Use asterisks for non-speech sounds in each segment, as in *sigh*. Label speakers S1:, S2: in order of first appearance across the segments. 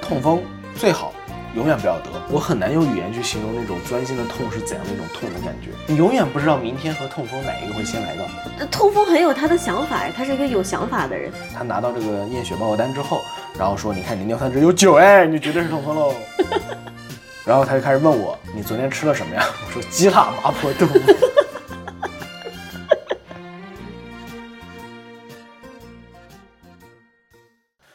S1: 痛风最好永远不要得。我很难用语言去形容那种钻心的痛是怎样的一种痛的感觉。你永远不知道明天和痛风哪一个会先来到。
S2: 呃痛风很有他的想法，他是一个有想法的人。
S1: 他拿到这个验血报告单之后，然后说：“你看你的尿酸值有九，哎，你绝对是痛风喽。”然后他就开始问我：“你昨天吃了什么呀？”我说：“鸡辣麻婆豆腐。” *laughs*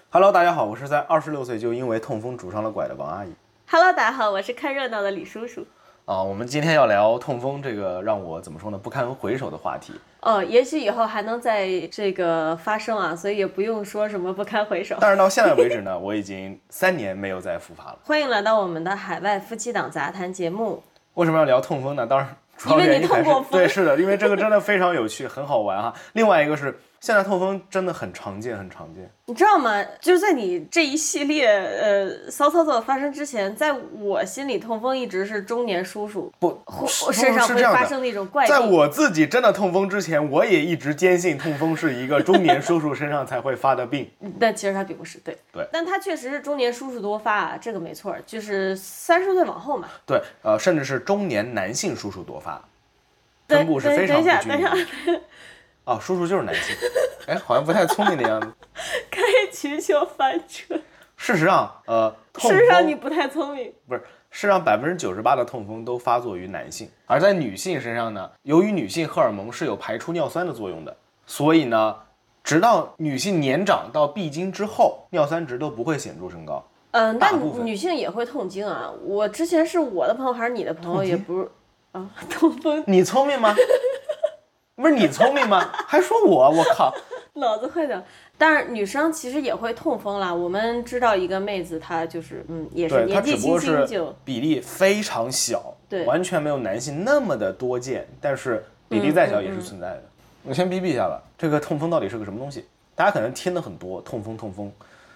S1: Hello，大家好，我是在二十六岁就因为痛风拄上了拐的王阿姨
S2: Hello，大家好，我是看热闹的李叔叔。
S1: 啊。我们今天要聊痛风这个让我怎么说呢不堪回首的话题。
S2: 哦，也许以后还能在这个发生啊，所以也不用说什么不堪 *laughs* 回首。
S1: 但是到现在为止呢，我已经三年没有再复发了。
S2: 欢迎来到我们的海外夫妻档杂谈节目。
S1: 为什么要聊痛风呢？当然，主要
S2: 因为
S1: 原
S2: 你
S1: 因还
S2: 痛
S1: 是
S2: 过风
S1: 对，是的，因为这个真的非常有趣，很好玩哈。另外一个是，现在痛风真的很常见，很常见。
S2: 你知道吗？就是在你这一系列呃骚操作发生之前，在我心里，痛风一直是中年叔叔
S1: 不，
S2: 或
S1: 是
S2: 或身上
S1: 是
S2: 会
S1: 这样
S2: 发
S1: 的。
S2: 生的一种怪
S1: 在
S2: 病。
S1: 我自己真的痛风之前，我也一直坚信痛风是一个中年叔叔身上才会发的病。 *laughs*
S2: 但其实他并不是，对
S1: 对
S2: 但他确实是中年叔叔多发啊，这个没错儿，就是三十岁往后嘛。
S1: 对，呃，甚至是中年男性叔叔多发，分
S2: 等
S1: 布是
S2: 等
S1: 非
S2: 等
S1: 常
S2: 一
S1: 不
S2: 下，
S1: 均
S2: 等一
S1: 匀
S2: 下
S1: 的。，哦，叔叔就是男性，哎，好像不太聪明的样子。
S2: 开局就翻车。
S1: 事实上，呃，痛
S2: 事实上
S1: 风
S2: 你不太聪明，
S1: 不是，是让百分之九十八的痛风都发作于男性，而在女性身上呢，由于女性荷尔蒙是有排出尿酸的作用的，所以呢，直到女性年长到闭经之后，尿酸值都不会显著升高。
S2: 嗯，
S1: 大
S2: 但
S1: 部分
S2: 女性也会痛经啊。我之前是我的朋友还是你的朋友，
S1: 痛经
S2: 也不是啊， *laughs* 痛风，
S1: 你聪明吗？ *laughs* 不是你聪明吗？还说我，我靠！
S2: 脑子快点。但是女生其实也会痛风啦。我们知道一个妹子，她就是嗯，也是
S1: 对，它
S2: 年
S1: 只
S2: 纪
S1: 不过
S2: 轻轻
S1: 是
S2: 就
S1: 比例非常小，
S2: 对
S1: 完全没有男性那么的多见，但是比例再小
S2: 嗯
S1: 也是存在的。我先逼逼一下吧，这个痛风到底是个什么东西？大家可能听的很多，痛风，痛风，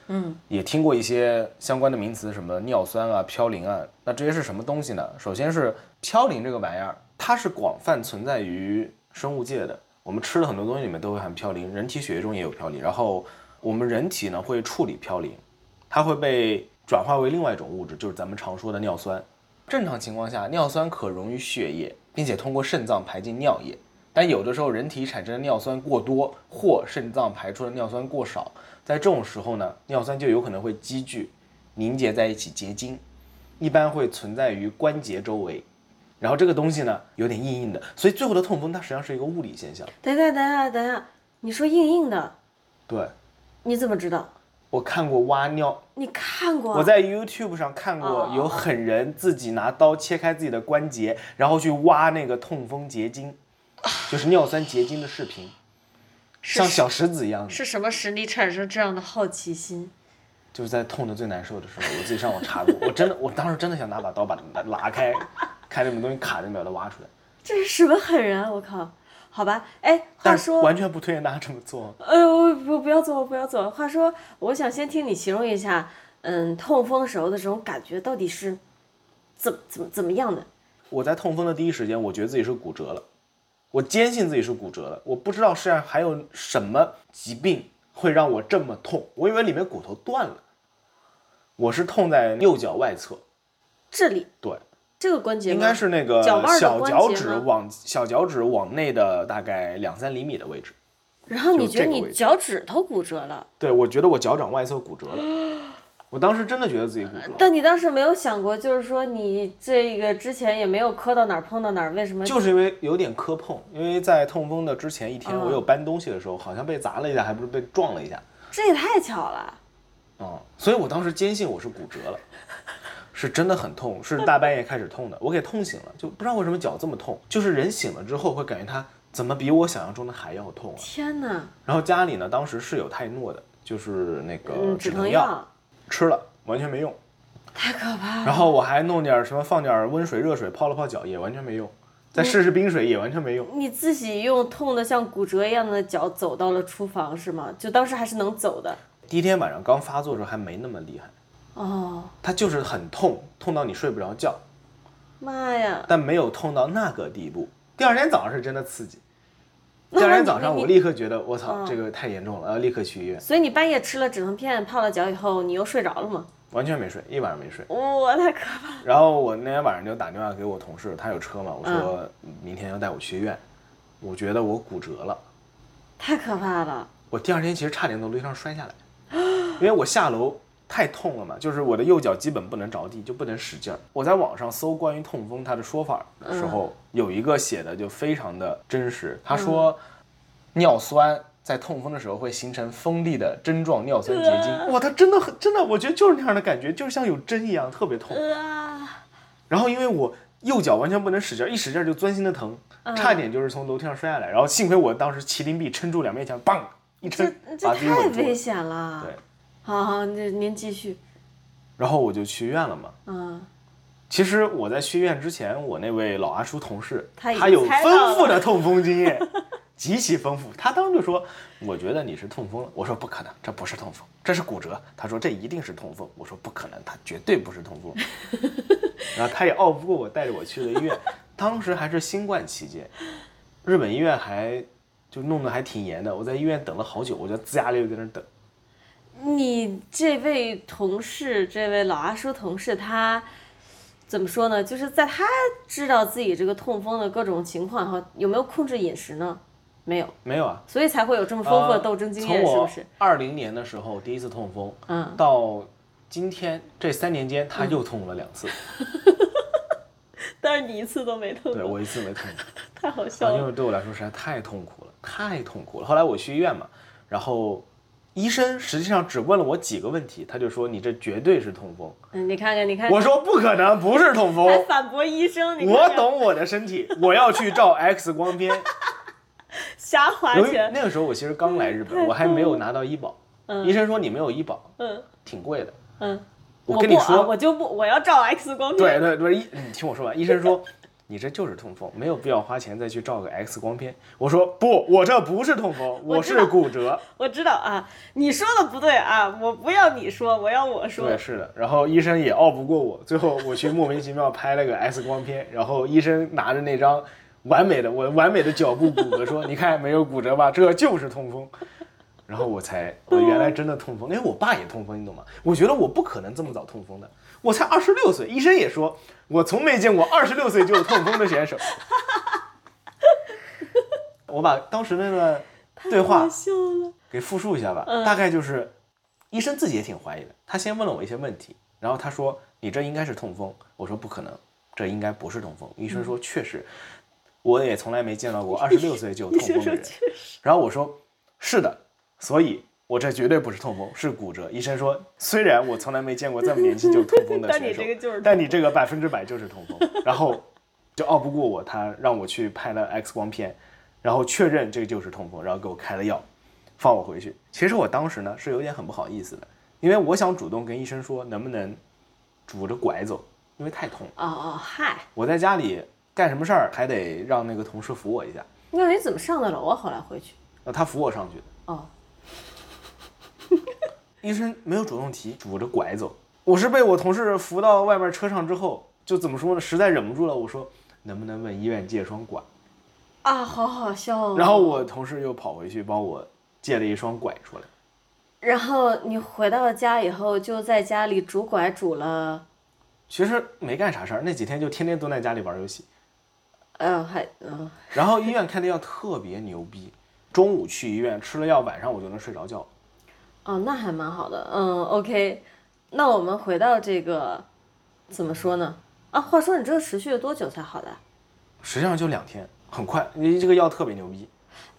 S2: 嗯，
S1: 也听过一些相关的名词，什么尿酸啊、嘌呤啊，那这些是什么东西呢？首先是嘌呤这个玩意儿，它是广泛存在于生物界的，我们吃的很多东西里面都会含嘌呤，人体血液中也有嘌呤，然后我们人体呢会处理嘌呤，它会被转化为另外一种物质，就是咱们常说的尿酸。正常情况下，尿酸可溶于血液，并且通过肾脏排进尿液。但有的时候，人体产生的尿酸过多，或肾脏排出的尿酸过少，在这种时候呢，尿酸就有可能会积聚，凝结在一起结晶，一般会存在于关节周围。然后这个东西呢，有点硬硬的，所以最后的痛风它实际上是一个物理现象。
S2: 等一下，等一下，等一下，你说硬硬的，
S1: 对
S2: 你怎么知道？
S1: 我看过挖尿
S2: 你看过啊？
S1: 我在 YouTube 上看过
S2: 哦
S1: 有狠人自己拿刀切开自己的关节，然后去挖那个痛风结晶，就是尿酸结晶的视频，
S2: 是
S1: 像小石子一样的，
S2: 是什么使你产生这样的好奇心？
S1: 就是在痛的最难受的时候，我自己上网查过，我真的，我当时真的想拿把刀把它拉开， *laughs* 看那种东西卡着把它挖出来，
S2: 这是什么狠人啊！我靠，好吧，哎，话
S1: 但是
S2: 说，
S1: 完全不推荐大家这么做。
S2: 呃，我不不要做，不要做。话说，我想先听你形容一下，嗯，痛风时候的这种感觉到底是怎么怎么怎么样的？
S1: 我在痛风的第一时间，我觉得自己是骨折了，我坚信自己是骨折了，我不知道世界上还有什么疾病会让我这么痛，我以为里面骨头断了，我是痛在右脚外侧，
S2: 这里
S1: 对，
S2: 这个关节
S1: 应该
S2: 吗
S1: 是那个
S2: 脚腕儿的
S1: 小
S2: 关
S1: 脚
S2: 节
S1: 趾
S2: 吗
S1: 往小脚趾往内的大概两三厘米的位置，
S2: 然后你
S1: 就
S2: 觉得
S1: 这个位
S2: 你
S1: 置
S2: 脚趾头骨折了，
S1: 对我觉得我脚掌外侧骨折了，我当时真的觉得自己骨折了。
S2: 但你当时没有想过，就是说你这个之前也没有磕到哪儿碰到哪儿，为什么？
S1: 就是因为有点磕碰，因为在痛风的之前一天，
S2: 嗯
S1: 我有搬东西的时候，好像被砸了一下，还不是被撞了一下，
S2: 这也太巧了。
S1: 嗯，所以我当时坚信我是骨折了，是真的很痛，是大半夜开始痛的，我给痛醒了，就不知道为什么脚这么痛，就是人醒了之后会感觉它怎么比我想象中的还要痛啊。
S2: 天哪，
S1: 然后家里呢，当时是有泰诺的，就是那个
S2: 嗯，
S1: 止
S2: 止
S1: 疼
S2: 疼
S1: 药，啊吃了完全没用。
S2: 太可怕了。
S1: 然后我还弄点什么，放点温水、热水泡了泡脚，也完全没用。再试试冰水也完全没用。
S2: 你自己用痛的像骨折一样的脚走到了厨房是吗？就当时还是能走的。
S1: 第一天晚上刚发作的时候还没那么厉害，
S2: 哦，
S1: 它就是很痛，痛到你睡不着觉，
S2: 妈呀！
S1: 但没有痛到那个地步。第二天早上是真的刺激，
S2: 那
S1: 第二
S2: 那
S1: 天
S2: 你
S1: 早上
S2: 你
S1: 我
S2: 你
S1: 立刻觉得我操，
S2: 嗯
S1: 这个太严重了，要立刻去医院。
S2: 所以你半夜吃了止疼片泡了脚以后，你又睡着了吗？
S1: 完全没睡，一晚上没睡。
S2: 哇，太可怕了！
S1: 然后我那天晚上就打电话给我同事，他有车嘛，
S2: 嗯
S1: 我说明天要带我去医院，我觉得我骨折了。
S2: 太可怕了！
S1: 我第二天其实差点从楼梯上摔下来，因为我下楼太痛了嘛，就是我的右脚基本不能着地，就不能使劲儿。我在网上搜关于痛风它的说法的时候，有一个写的就非常的真实，他说尿酸。在痛风的时候会形成锋利的针状尿酸结晶，哇，它真的很真的，我觉得就是那样的感觉，就是像有针一样，特别痛。
S2: 啊，
S1: 然后因为我右脚完全不能使劲儿，一使劲儿就钻心的疼，
S2: 嗯
S1: 差一点就是从楼梯上摔下来。然后幸亏我当时麒麟臂撑住两面墙，梆一
S2: 这
S1: 撑，
S2: 这
S1: 把自己
S2: 太
S1: 稳住
S2: 危
S1: 了。
S2: 险了。
S1: 对，
S2: 好好，那您继续。
S1: 然后我就去医院了嘛。
S2: 嗯，
S1: 其实我在去医院之前，我那位老阿叔同事，
S2: 他已经
S1: 有
S2: 猜到
S1: 丰富的痛风经验，极其丰富。他当时就说：“我觉得你是痛风了。”我说：“不可能，这不是痛风，这是骨折。”他说：“这一定是痛风。”我说：“不可能，他绝对不是
S2: *laughs*
S1: 痛风。”然后他也拗不过我，带着我去了医院。当时还是新冠期间，日本医院还就弄得还挺严的。我在医院等了好久，我就龇牙咧嘴在那儿等。
S2: 你这位同事，这位老阿叔同事，他怎么说呢？就是在他知道自己这个痛风的各种情况后，有没有控制饮食呢？没有，
S1: 没有啊，呃
S2: 所以才会有这么丰富的斗争经验，是不是？？
S1: 二零年的时候第一次痛风，
S2: 嗯，
S1: 到今天这三年间，他又痛了两
S2: *laughs*
S1: 次，
S2: 但是你一次都没痛
S1: 对 *laughs*
S2: 过，
S1: 我一次没痛过，
S2: 太好笑
S1: 因
S2: 了。
S1: 为对我来说实在太痛苦了，太痛苦了。后来我去医院嘛，然后医生实际上只问了我几个问题，他就说你这绝对是痛
S2: *laughs*
S1: 风，
S2: 嗯，你看看，你看，
S1: 我说不可能，不是痛
S2: *laughs* 还
S1: 风。
S2: 反驳医生，你
S1: 我
S2: 看看，
S1: 懂我的身体，我要去照 X 光
S2: *laughs*
S1: 片。
S2: 瞎划
S1: 由于
S2: 拳，
S1: 那个时候我其实刚来日
S2: 太 *laughs*
S1: 本，我还没有拿到医保。医生说你没有医保，
S2: 嗯
S1: 挺贵的。
S2: 嗯，
S1: 我
S2: 不
S1: 跟你说
S2: 啊，我就不，我要照 X 光片。
S1: 对对对，医你听我说完，医生说你这就是痛风，没有必要花钱再去照个 X 光片。我说不，我这不是痛风，我
S2: 知道
S1: 是骨折。
S2: 我知道啊，你说的不对啊，我不要你说，我要我说
S1: 对，。是的。然后医生也拗不过我，最后我去莫名其妙拍了个 X 光片，然后医生拿着那张完美的我完美的脚部骨骼说：“ *laughs* 你看没有骨折吧，这就是痛风。”然后我才，我原来真的痛风，因为我爸也痛风，你懂吗？我觉得我不可能这么早痛风的，我才二十六岁，医生也说我从没见过二十六岁就有痛风的选手。 *laughs* 我把当时那段对话
S2: 太笑了，
S1: 给复述一下吧，
S2: 嗯
S1: 大概就是，医生自己也挺怀疑的，他先问了我一些问题，然后他说你这应该是痛风，我说不可能，这应该不是痛风。医生说确实，我也从来没见到过二十六岁就有
S2: 医
S1: 痛
S2: 生
S1: 风
S2: 说
S1: 的人。
S2: 确实，
S1: 然后我说是的，所以我这绝对不是痛风，是骨折。医生说虽然我从来没见过这么年轻就痛风的
S2: *laughs* 但你
S1: 选手
S2: 这个就是，
S1: 但你这个百分之百就是痛风。然后就拗不过我，他让我去拍了 X 光片，然后确认这就是痛风，然后给我开了药，放我回去。其实我当时呢是有点很不好意思的，因为我想主动跟医生说能不能拄着拐走，因为太痛了。
S2: 哦哦，嗨，
S1: 我在家里干什么事儿还得让那个同事扶我一下，
S2: 那你怎么上的楼啊？后来回去，
S1: 那他扶我上去的。
S2: 哦，
S1: 医生没有主动提，拄着拐走。我是被我同事扶到外面车上之后，就怎么说呢？实在忍不住了，我说能不能问医院借双拐？
S2: 啊，好好笑哦。
S1: 然后，我同事又跑回去帮我借了一双拐出来。
S2: 然后你回到家以后，就在家里拄拐拄了，
S1: 其实没干啥事儿，那几天就天天都在家里玩游戏。
S2: 呃，还嗯，
S1: 然后医院开的药特别牛逼，中午去医院吃了药，晚上我就能睡着觉。
S2: 哦，那还蛮好的，嗯，OK。那我们回到这个，怎么说呢？啊，话说你这个持续了多久才好的啊？
S1: 实际上就两天，很快。你这个药特别牛逼，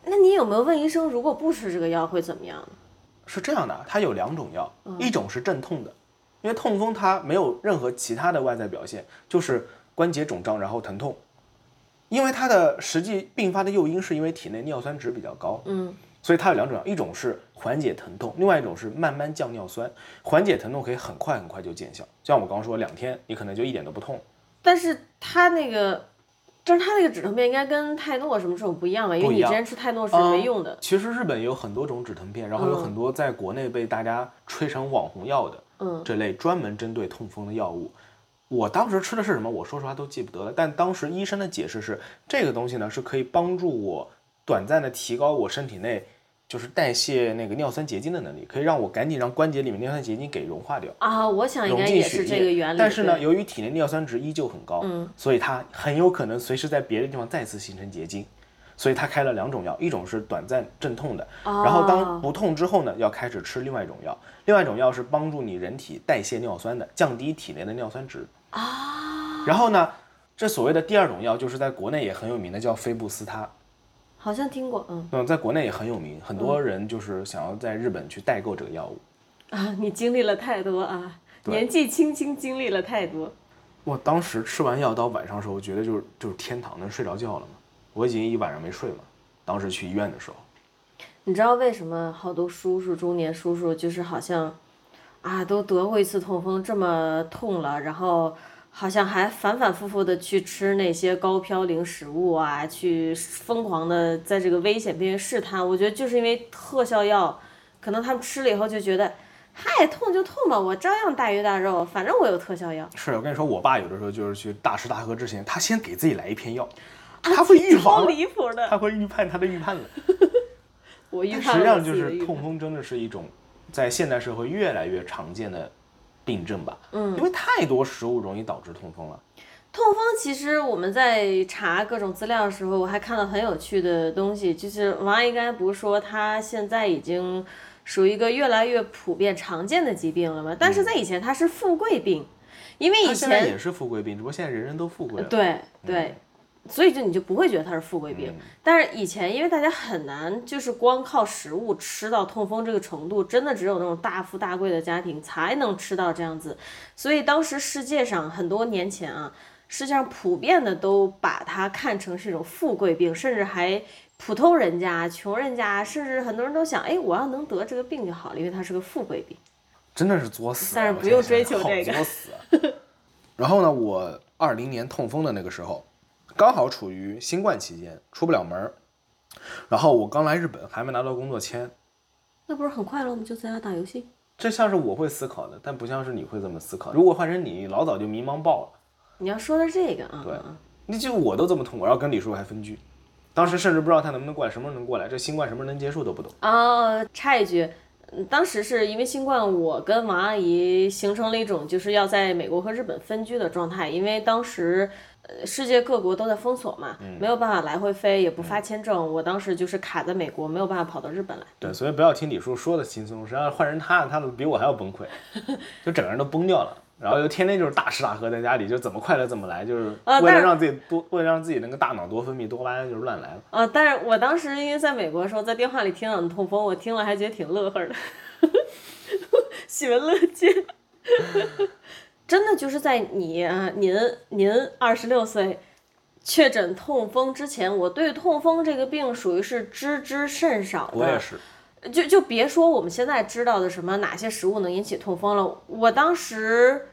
S2: 那你有没有问医生，如果不吃这个药会怎么样呢？
S1: 是这样的，啊它有两种药，一种是镇痛的，因为痛风它没有任何其他的外在表现，就是关节肿胀然后疼痛。因为它的实际并发的诱因是因为体内尿酸值比较高，
S2: 嗯，
S1: 所以它有两种药，一种是缓解疼痛，另外一种是慢慢降尿酸。缓解疼痛可以很快很快就见效，就像我刚刚说，两天你可能就一点都不痛，
S2: 但是它那个，但是它那个止痛片应该跟泰诺什么这种不一样吧？因为
S1: 不一
S2: 你之
S1: 样
S2: 前吃泰诺是
S1: 嗯
S2: 没用的。
S1: 其实日本也有很多种止疼片，然后有
S2: 嗯
S1: 很多在国内被大家吹成网红药的，
S2: 嗯
S1: 这类专门针对痛风的药物。我当时吃的是什么，我说实话都记不得了。但当时医生的解释是，这个东西呢是可以帮助我短暂的提高我身体内就是代谢那个尿酸结晶的能力，可以让我赶紧让关节里面尿酸结晶给融化掉。
S2: 啊，我想应
S1: 融
S2: 该
S1: 进
S2: 也
S1: 血
S2: 是这
S1: 液
S2: 个原理。
S1: 但是呢，
S2: 对，
S1: 由于体内尿酸值依旧很高，
S2: 嗯，
S1: 所以它很有可能随时在别的地方再次形成结晶。所以他开了两种药，一种是短暂镇痛的，然后当
S2: 哦
S1: 不痛之后呢，要开始吃另外一种药，另外一种药是帮助你人体代谢尿酸的，降低体内的尿酸值。
S2: 啊，
S1: 然后呢，这所谓的第二种药就是在国内也很有名的，叫非布司他。
S2: 好像听过，嗯 *laughs*
S1: 嗯，在国内也很有名，很多人就是想要在日本去代购这个药物。
S2: 啊，你经历了太多啊，
S1: 对
S2: 年纪轻轻经历了太多。
S1: 我当时吃完药到晚上的时候，觉得就是就是天堂，能睡着觉了嘛。我已经一晚上没睡嘛。当时去医院的时候，
S2: 你知道为什么好多叔叔、中年叔叔就是好像，啊，都得过一次痛风，这么痛了，然后好像还反反复复的去吃那些高嘌呤食物啊，去疯狂的在这个危险边缘试探。我觉得就是因为特效药，可能他们吃了以后就觉得，嗨，痛就痛吧，我照样大鱼大肉，反正我有特效药。
S1: 是我跟你说，我爸有的时候就是去大吃大喝之前，他先给自己来一片药，他会预
S2: 超
S1: 防了，
S2: 离谱的，
S1: 他会预判他的预判了。
S2: 我预
S1: 但
S2: 判
S1: 实际
S2: 了我
S1: 上
S2: 自
S1: 就
S2: 己的
S1: 是
S2: 预判
S1: 痛风真的是一种在现代社会越来越常见的病症吧。嗯，因为太多食物容易导致痛风了。
S2: 痛风其实我们在查各种资料的时候，我还看到很有趣的东西，就是王阿姨刚才不是说她现在已经属于一个越来越普遍常见的疾病了吗？但是在以前它是富贵病，因为以
S1: 他嗯现在也
S2: 前
S1: 是富贵病，只不过现在人人都富贵了。
S2: 对对，所以就你就不会觉得它是富贵病。但是以前因为大家很难就是光靠食物吃到痛风这个程度，真的只有那种大富大贵的家庭才能吃到这样子，所以当时世界上很多年前啊，世界上普遍的都把它看成是一种富贵病，甚至还普通人家、穷人家，甚至很多人都想，哎，我要能得这个病就好了，因为它是个富贵病。
S1: 真的是作死啊，
S2: 但是
S1: 我
S2: 不用
S1: 现在
S2: 追求
S1: 好
S2: 这个
S1: 作死啊。然后呢，我二零年痛风的那个时候，刚好处于新冠期间，出不了门儿。然后我刚来日本，还没拿到工作签，
S2: 那不是很快乐吗？就在家打游戏。
S1: 这像是我会思考的，但不像是你会这么思考。如果换成你，老早就迷茫爆了。
S2: 你要说的这个啊，
S1: 对
S2: 啊啊
S1: 那就我都这么痛苦，然后跟李叔还分居，当时甚至不知道他能不能过来，什么时候能过来，这新冠什么时候能结束都不懂。
S2: 哦，插一句，嗯当时是因为新冠，我跟王阿姨形成了一种就是要在美国和日本分居的状态，因为当时。呃世界各国都在封锁嘛，没有办法来回飞，也不发签证。我当时就是卡在美国，没有办法跑到日本来。
S1: 对，所以不要听李叔说的轻松，实际上换成他，他比我还要崩
S2: *laughs*
S1: 溃，就整个人都崩掉了。然后又天天就是大吃大喝，在家里就怎么快乐怎么来，就是
S2: 啊
S1: 为了
S2: 但是
S1: 让自己多，为了让自己那个大脑多分泌多巴胺，就是乱来了。
S2: 啊，但是我当时因为在美国的时候，在电话里听到你痛风，我听了还觉得挺乐呵的， *laughs* 喜闻乐见。 *laughs* 真的就是在你啊，您您二十六岁确诊痛风之前，我对痛风这个病属于是知之甚少的。
S1: 我也是，
S2: 就就别说我们现在知道的什么哪些食物能引起痛风了，我当时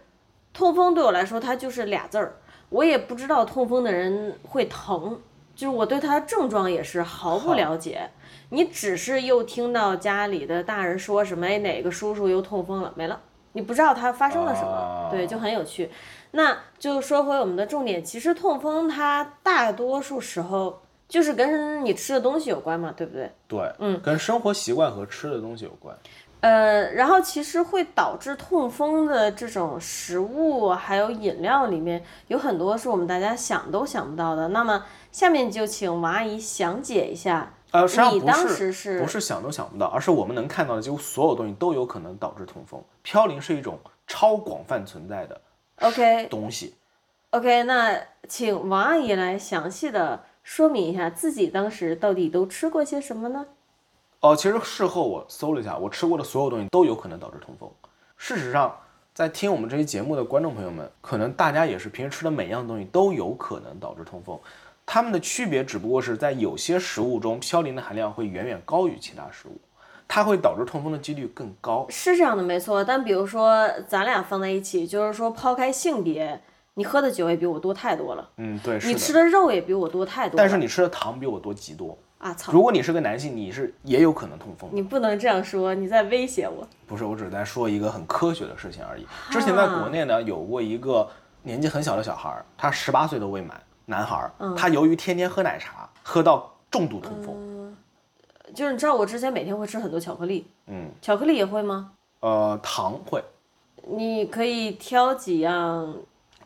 S2: 痛风对我来说它就是俩字儿，我也不知道痛风的人会疼，就是我对它的症状也是毫不了解。你只是又听到家里的大人说什么，哎，哪个叔叔又痛风了，没了，你不知道他发生了什么，
S1: 哦
S2: 对，就很有趣。那就说回我们的重点，其实痛风它大多数时候就是跟你吃的东西有关嘛，对不对？
S1: 对，嗯，跟生活习惯和吃的东西有关。
S2: 呃，然后其实会导致痛风的这种食物还有饮料里面有很多是我们大家想都想不到的。那么下面就请王阿姨详解一下，
S1: 呃，实际上
S2: 你
S1: 不
S2: 当
S1: 是
S2: 时是
S1: 不是想都想不到，而是我们能看到的几乎所有东西都有可能导致痛风。嘌呤是一种超广泛存在的
S2: OK
S1: 东西，
S2: OK，那请王阿姨来详细的说明一下自己当时到底都吃过些什么呢？
S1: 哦，其实事后我搜了一下，我吃过的所有东西都有可能导致痛风。事实上，在听我们这期节目的观众朋友们，可能大家也是平时吃的每样东西都有可能导致痛风。它们的区别只不过是在有些食物中，嘌呤的含量会远远高于其他食物，它会导致痛风的几率更高。
S2: 是这样的，没错。但比如说咱俩放在一起，就是说抛开性别，你喝的酒也比我多太多了，
S1: 嗯，对，是
S2: 你吃
S1: 的。
S2: 的肉也比我多太多了。
S1: 但是你吃的糖比我多极多。
S2: 啊操！
S1: 如果你是个男性，你是也有可能痛风的。
S2: 你不能这样说，你在威胁我。
S1: 不是，我只是在说一个很科学的事情而已。之前在国内呢，有过一个年纪很小的小孩儿，他十八岁都未满，男孩儿，他由于天天喝奶茶，喝到重度痛风。
S2: 就是你知道我之前每天会吃很多巧克力，
S1: 嗯，
S2: 巧克力也会吗？
S1: 呃，糖会
S2: 你可以挑几样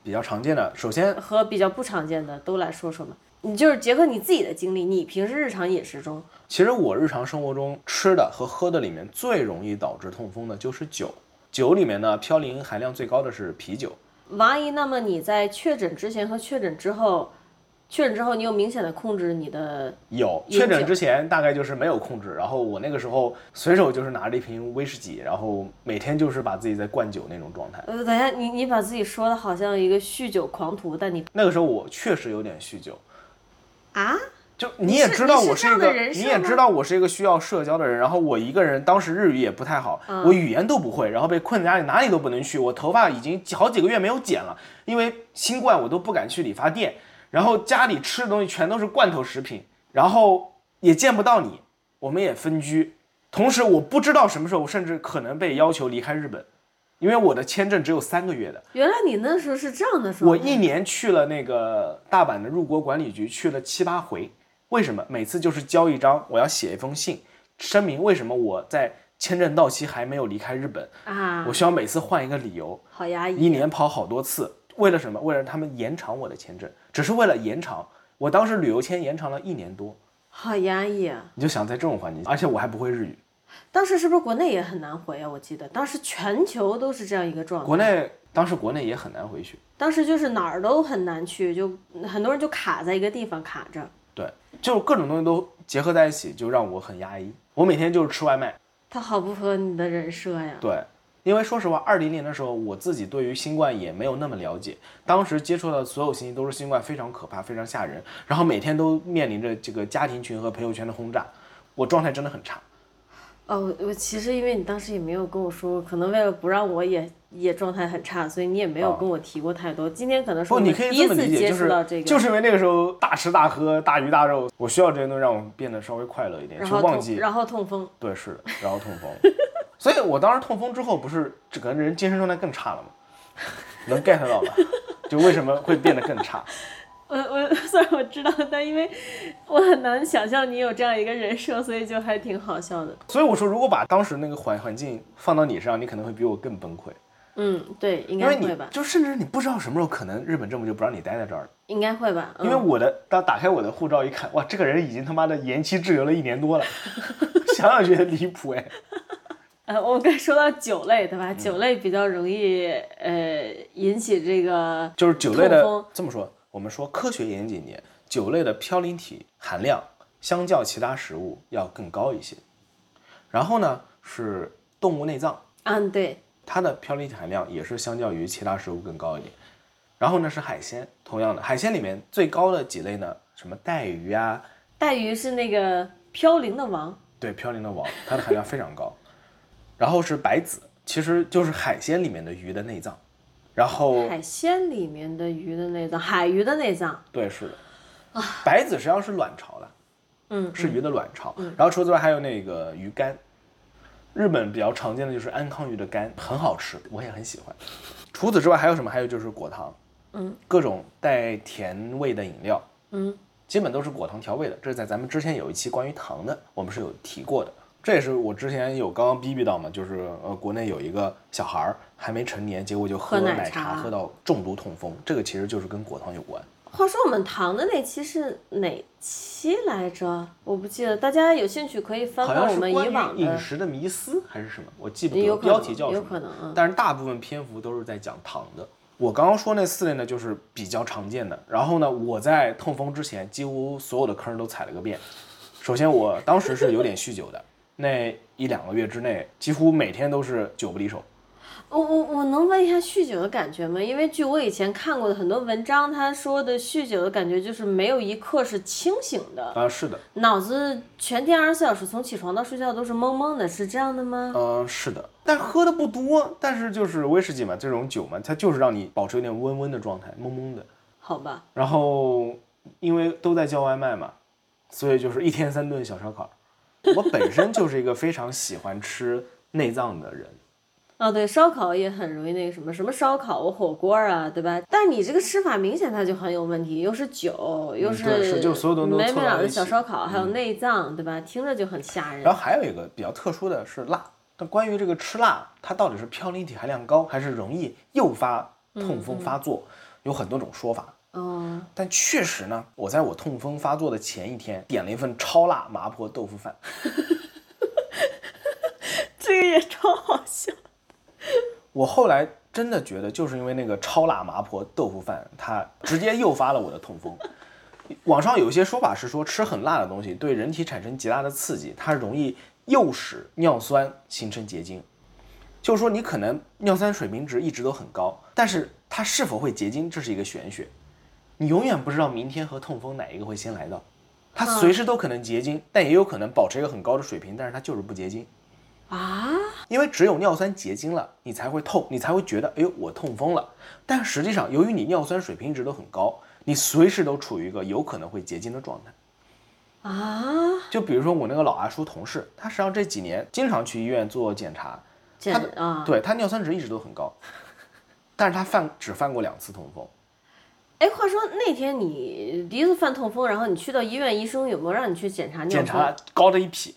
S1: 比较常见的。首先，
S2: 和比较不常见的都来说说嘛。你就是结合你自己的经历，你平时日常饮食中，
S1: 其实我日常生活中吃的和喝的里面最容易导致痛风的就是酒。酒里面呢，嘌呤含量最高的是啤酒。
S2: 王阿姨，那么你在确诊之前和确诊之后，确诊之后你有明显的控制你的，
S1: 有
S2: 饮
S1: 确诊
S2: 酒
S1: 之前大概就是没有控制，然后我那个时候随手就是拿着一瓶威士忌，然后每天就是把自己在灌酒那种状态。
S2: 呃，等一下你你把自己说的好像一个酗酒狂徒，但你
S1: 那个时候我确实有点酗酒，
S2: 啊，
S1: 就你也
S2: 是
S1: 知道
S2: 你是
S1: 我
S2: 这
S1: 一
S2: 样的
S1: 个，
S2: 人设
S1: 你也
S2: 吗
S1: 知道我是一个需要社交的人。然后我一个人，当时日语也不太好，
S2: 嗯
S1: 我语言都不会，然后被困在家里，哪里都不能去。我头发已经好几个月没有剪了，因为新冠我都不敢去理发店。然后家里吃的东西全都是罐头食品，然后也见不到你，我们也分居。同时，我不知道什么时候，我甚至可能被要求离开日本，因为我的签证只有三个月的。
S2: 原来你那时候是这样的
S1: 我
S2: 状态。
S1: 一年去了那个大阪的入国管理局，去了七八回。为什么？每次就是交一张，我要写一封信，声明为什么我在签证到期还没有离开日本。
S2: 啊
S1: 我，需要每次换一个理由，
S2: 好压抑。
S1: 一年跑好多次。为了什么？为了他们延长我的签证，只是为了延长。我当时旅游签延长了一年多，
S2: 好压抑啊！
S1: 你就想在这种环境，而且我还不会日语，
S2: 当时是不是国内也很难回啊？我记得当时全球都是这样一个状态，
S1: 国内当时国内也很难回去。
S2: 当时就是哪儿都很难去，就很多人就卡在一个地方卡着。
S1: 对，就是各种东西都结合在一起，就让我很压抑。我每天就是吃外卖，
S2: 他好不合你的人设呀！
S1: 对，因为说实话，二零年的时候，我自己对于新冠也没有那么了解，当时接触到的所有信息都是新冠非常可怕、非常吓人，然后每天都面临着这个家庭群和朋友圈的轰炸，我状态真的很差。
S2: 哦，我我其实因为你当时也没有跟我说，可能为了不让我也也状态很差，所以你也没有跟我提过太多。今天可能是
S1: 不，
S2: 我
S1: 哦你
S2: 们
S1: 可
S2: 第
S1: 以
S2: 一
S1: 这么
S2: 次
S1: 理解，
S2: 接
S1: 就
S2: 触到这
S1: 是
S2: 个，
S1: 就是因为那个时候大吃大喝、大鱼大肉，我需要这些东西让我变得稍微快乐一点，
S2: 然
S1: 去
S2: 后
S1: 忘
S2: 痛，
S1: 记。
S2: 然后痛风。
S1: 对，是的，然后痛风，所以我当时痛风之后，不是整个人精神状态更差了吗？能 get 到吧？就为什么会变得更差？
S2: 我我 *laughs* 虽然我知道，但因为我很难想象你有这样一个人设，所以就还挺好笑的。
S1: 所以我说，如果把当时那个环环境放到你身上，你可能会比我更崩溃，
S2: 嗯，对，应
S1: 因
S2: 该
S1: 为
S2: 会
S1: 你
S2: 吧，
S1: 就甚至你不知道什么时候可能日本政府就不让你待在这儿了。
S2: 应该会吧。
S1: 因为
S2: 嗯、
S1: 我的当打开我的护照一看，哇，这个人已经他妈的延期滞留了一年
S2: *laughs*
S1: 多了，想想觉得离谱哎。
S2: 呃，我们刚才说到酒类，对吧？
S1: 嗯
S2: 酒类比较容易呃引起这个
S1: 就是酒类的
S2: 痛风
S1: 这么说，我们说科学严谨点，酒类的嘌呤体含量相较其他食物要更高一些。然后呢是动物内脏，
S2: 嗯，对，
S1: 它的嘌呤体含量也是相较于其他食物更高一点。然后呢是海鲜，同样的海鲜里面最高的几类呢，什么带鱼啊，
S2: 带鱼是那个飘零的王。
S1: 对嘌呤的王，它的含量非常高。然后是白子，其实就是海鲜里面的鱼的内脏。然后
S2: 海鲜里面的鱼的内脏，海鱼的内脏，
S1: 对，是的，白子实际上是卵巢的，
S2: 嗯，
S1: 是鱼的卵巢。然后除此之外还有那个鱼干，日本比较常见的就是安康鱼的干，很好吃，我也很喜欢。除此之外还有什么？还有就是果糖，
S2: 嗯，
S1: 各种带甜味的饮料，
S2: 嗯，
S1: 基本都是果糖调味的。这是在咱们之前有一期关于糖的，我们是有提过的。这也是我之前有刚刚逼逼到嘛，就是呃，国内有一个小孩儿还没成年，结果就喝
S2: 喝奶
S1: 奶
S2: 茶
S1: 茶喝到中毒痛风，这个其实就是跟果糖有关。
S2: 话说我们糖的那期是哪期来着？我不记得，大家有兴趣可以翻
S1: 好
S2: 翻
S1: 像
S2: 我
S1: 是
S2: 们
S1: 关
S2: 以往
S1: 于饮
S2: 的，
S1: 食的迷思还是什么，我记不
S2: 有
S1: 得
S2: 可能
S1: 标题叫什
S2: 有
S1: 么，
S2: 可能嗯
S1: 但是大部分篇幅都是在讲糖的。我刚刚说那四类呢，就是比较常见的。然后呢，我在痛风之前，几乎所有的坑都踩了个遍。首先，我当时是有点酗酒的，那一两个月之内，几乎每天都是酒不离手。
S2: 我我我能问一下酗酒的感觉吗？因为据我以前看过的很多文章，他说的酗酒的感觉就是没有一刻是清醒的，
S1: 啊、是的，
S2: 脑子全天二十四小时，从起床到睡觉都是懵懵的，是这样的吗？
S1: 嗯、是的，但喝的不多，但是就是威士忌嘛，这种酒嘛，它就是让你保持有点温温的状态，懵懵的。
S2: 好吧，
S1: 然后因为都在叫外卖嘛，所以就是一天三顿小烧烤。我本身就是一个非常喜欢吃内脏的人，
S2: 啊，对，烧烤也很容易那个什么，什么烧烤、火锅啊，对吧？但你这个吃法明显它就很有问题，又是酒，又
S1: 嗯对是就所有东西都
S2: 美
S1: 凑
S2: 美
S1: 到
S2: 老的
S1: 一起嗯
S2: 小烧烤，还有内脏，对吧？听着就很吓人
S1: 然。后还有一个比较特殊的是辣，但关于这个吃辣，它到底是嘌呤体含量高，还是容易诱发痛风发作，有很多种说法。
S2: 哦，
S1: 但确实呢，我在我痛风发作的前一天点了一份超辣麻婆豆腐饭，
S2: 这个也超好笑。
S1: 我后来真的觉得，就是因为那个超辣麻婆豆腐饭，它直接诱发了我的痛风。网上有一些说法是说，吃很辣的东西对人体产生极大的刺激，它容易诱使尿酸形成结晶。就是说，你可能尿酸水平值一直都很高，但是它是否会结晶，这是一个玄学。你永远不知道明天和痛风哪一个会先来到，它随时都可能结晶，但也有可能保持一个很高的水平，但是它就是不结晶。
S2: 啊，
S1: 因为只有尿酸结晶了，你才会痛，你才会觉得，哎呦，我痛风了。但实际上，由于你尿酸水平一直都很高，你随时都处于一个有可能会结晶的状态。
S2: 啊，
S1: 就比如说我那个老阿叔同事，他实际上这几年经常去医院做检查，
S2: 这
S1: 他的
S2: 啊，
S1: 对他尿酸值一直都很高，但是他犯只犯过两次痛风，
S2: 哎，话说那天你第一次犯痛风，然后你去到医院，医生有没有让你去检查尿
S1: 检查
S2: 酸？
S1: 高的一匹，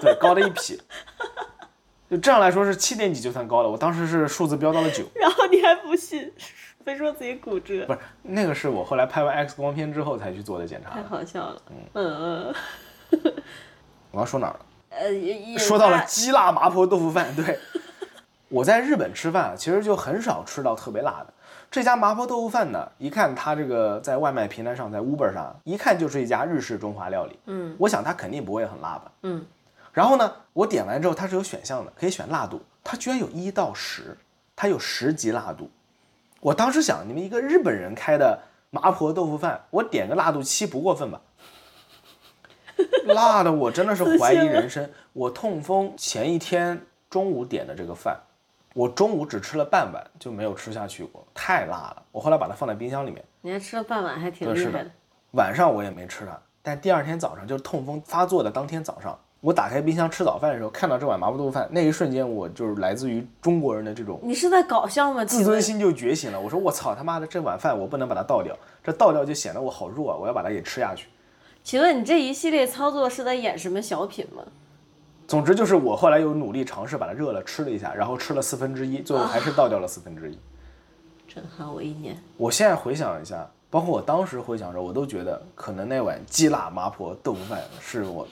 S1: 对，高的一匹。就这样来说是七点几就算高了，我当时是数字飙到了九。
S2: *laughs* 然后你还不信， *laughs* 非说自己骨折
S1: 不，是，那个是我后来拍完 X 光片之后才去做的检查
S2: 太。好笑了。嗯，
S1: 我要说哪儿了？
S2: 呃，也也
S1: 说到了鸡辣麻婆豆腐饭，对，我在日本吃饭啊其实就很少吃到特别辣的。这家麻婆豆腐饭呢，一看它这个在外卖平台上，在 Uber 上，一看就是一家日式中华料理。
S2: 嗯，
S1: 我想它肯定不会很辣吧。
S2: 嗯，
S1: 然后呢，我点完之后它是有选项的，可以选辣度，它居然有一到十，它有十级辣度。我当时想，你们一个日本人开的麻婆豆腐饭，我点个辣度七不过分吧？辣的我真的是怀疑人生。我痛风前一天中午点的这个饭，我中午只吃了半碗就没有吃下去过，太辣了。我后来把它放在冰箱里面，
S2: 你还吃了半碗，还挺
S1: 对
S2: 厉
S1: 是
S2: 害
S1: 的
S2: 的。
S1: 晚上我也没吃它。但第二天早上，就是痛风发作的当天早上，我打开冰箱吃早饭的时候，看到这碗麻婆豆腐饭，那一瞬间我就是来自于中国人的这种
S2: 你是在搞笑吗？
S1: 自尊心就觉醒了。我说我操他妈的，这碗饭我不能把它倒掉，这倒掉就显得我好弱啊，我要把它给吃下去。
S2: 请问，请问你这一系列操作是在演什么小品吗？
S1: 总之就是我后来有努力尝试把它热了吃了一下，然后吃了四分之一，最后还是倒掉了四分之一。
S2: 震撼我一年。
S1: 我现在回想一下，包括我当时回想的时候，我都觉得可能那碗鸡辣麻婆豆腐饭是我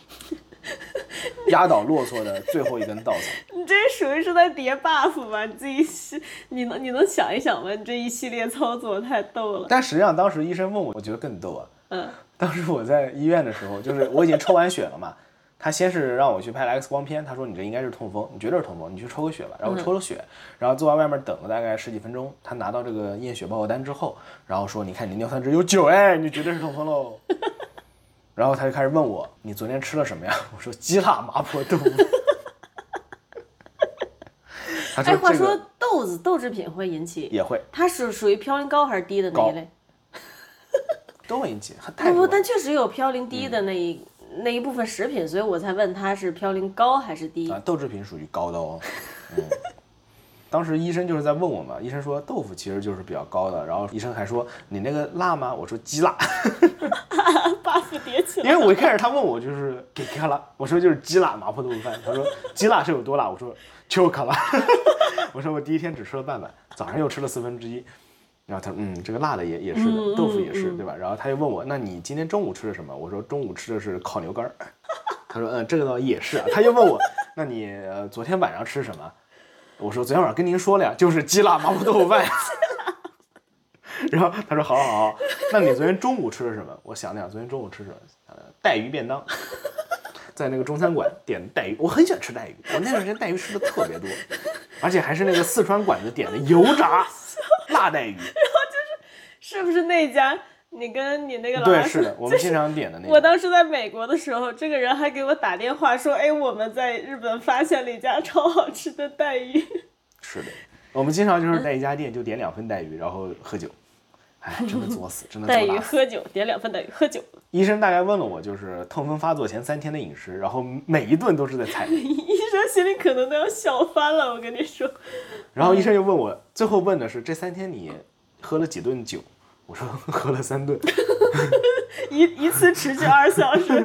S1: 压倒骆驼的最后一根稻草。
S2: 你这属于是在叠 buff 吧？你自己是，你能你能想一想吗？你这一系列操作太逗了。
S1: 但实际上当时医生问我，我觉得更逗啊。
S2: 嗯，
S1: 当时我在医院的时候，就是我已经抽完血了嘛，他先是让我去拍了 X 光片，他说你这应该是痛风，你绝对是痛风，你去抽个血吧。然后
S2: 嗯
S1: 我抽了血，然后坐在外面等了大概十几分钟，他拿到这个验血报告单之后，然后说你看你尿酸值有九，哎，你绝对是痛风
S2: *laughs*
S1: 喽。然后他就开始问我你昨天吃了什么呀？ *laughs* 我说鸡辣麻婆
S2: *laughs*
S1: 豆腐。他
S2: 哎，话
S1: 这
S2: 说
S1: 个
S2: 豆子豆制品会引起，
S1: 也会
S2: 它是属于嘌呤高还是低的那
S1: 高
S2: 一类？
S1: 都会引起，太多
S2: 不不，
S1: 了嗯
S2: 但确实有嘌呤低的那一、那一部分食品，所以我才问它是嘌呤高还是低。 *laughs*
S1: 啊，豆制品属于高的哦。嗯，当时医生就是在问我嘛，医生说豆腐其实就是比较高的，然后医生还说你那个辣吗？我说鸡辣，
S2: buff 叠起
S1: 因为我一开始他问我就是给卡拉，我说就是鸡辣麻婆豆腐饭，他说鸡辣是有多辣？我说就卡拉， *laughs* 我说我第一天只吃了半碗，早上又吃了四分之一。然后他说嗯，这个辣的也也是的，豆腐也是，对吧？然后他又问我，那你今天中午吃的什么？我说中午吃的是烤牛肝儿。 *laughs* 他说嗯，这个倒也是啊。他又问我，那你、呃、昨天晚上吃什么？我说昨天晚上跟您说了呀，就是鸡辣麻婆豆腐饭呀。 *laughs* 然后他说好好好，那你昨天中午吃的什么？我想了想，昨天中午吃什么？呃，带鱼
S2: *laughs*
S1: 便当，在那个中餐馆点的带鱼，我很喜欢吃带鱼，我那段时间带鱼吃的特别多，而且还是那个四川馆子点的油炸
S2: *laughs*
S1: 辣带鱼，
S2: 是不是那家？你跟你那个老
S1: 对，
S2: 板
S1: 是的，
S2: *laughs*
S1: 我们经常点的那
S2: 我
S1: 个。
S2: 当时在美国的时候，这个人还给我打电话说：“哎，我们在日本发现了一家超好吃的带鱼。
S1: 是的，我们经常就是在一家店就点两份带鱼，然后喝酒，哎，真的作
S2: *laughs*
S1: 死，真的
S2: 带
S1: 作
S2: 鱼
S1: 大死。
S2: 喝酒，点两份带鱼喝酒， *laughs*
S1: 医生大概问了我，就是痛风发作前三天的饮食，然后每一顿都是在踩雷。
S2: 医生心里可能都要笑翻了。我跟你说，
S1: 然后医生又问我，最后问的是这三天你喝了几顿酒？我说 *laughs* 喝了三顿，
S2: 一一次持续二小时，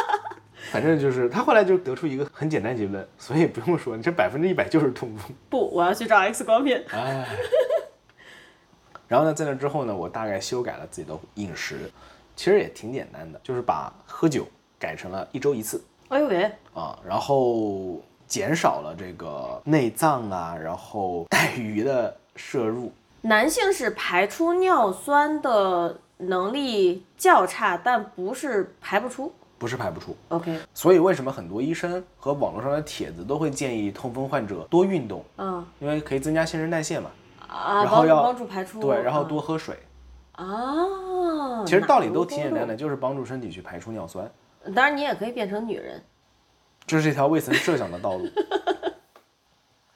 S2: *laughs*
S1: 反正就是他后来就得出一个很简单结论，所以不用说，你这百分之一百就是痛风。
S2: 不，我要去照 X 光片。
S1: 哎。然后呢，在那之后呢，我大概修改了自己的饮食，其实也挺简单的，就是把喝酒改成了一周一次
S2: 哎呦喂，
S1: 啊，然后减少了这个内脏啊，然后带鱼的摄入。
S2: 男性是排出尿酸的能力较差，但不是排不出。
S1: 不是排不出，
S2: OK，
S1: 所以为什么很多医生和网络上的帖子都会建议痛风患者多运动，
S2: 嗯
S1: 因为可以增加新陈代谢嘛。
S2: 啊，
S1: 然后
S2: 帮
S1: 要
S2: 帮助排出，
S1: 对，然后
S2: 嗯
S1: 多喝水，
S2: 啊，
S1: 其实道理
S2: 哪
S1: 都挺简单
S2: 的
S1: 的，就是帮助身体去排出尿酸。
S2: 路。当然，你也可以变成女人。
S1: 这是一条未曾设想的道路。 *laughs*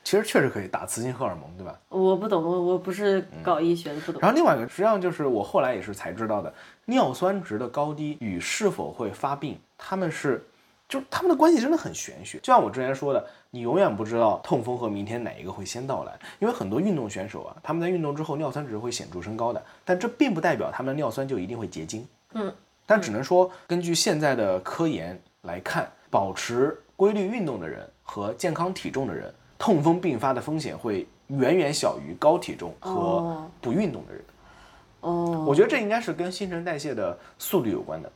S1: 其实确实可以打雌性荷尔蒙，对吧？
S2: 我不懂，我我不是搞医学的，不懂。
S1: 然后另外一个，实际上就是我后来也是才知道的，尿酸值的高低与是否会发病，他们是，就是他们的关系真的很玄学。就像我之前说的，你永远不知道痛风和明天哪一个会先到来，因为很多运动选手啊，他们在运动之后尿酸值会显著升高的，但这并不代表他们的尿酸就一定会结晶。
S2: 嗯，
S1: 但只能说，根据现在的科研来看，保持规律运动的人和健康体重的人，痛风并发的风险会远远小于高体重和
S2: 哦
S1: 不运动的人。
S2: 哦，
S1: 我觉得这应该是跟新陈代谢的速率有关
S2: 嗯
S1: 的。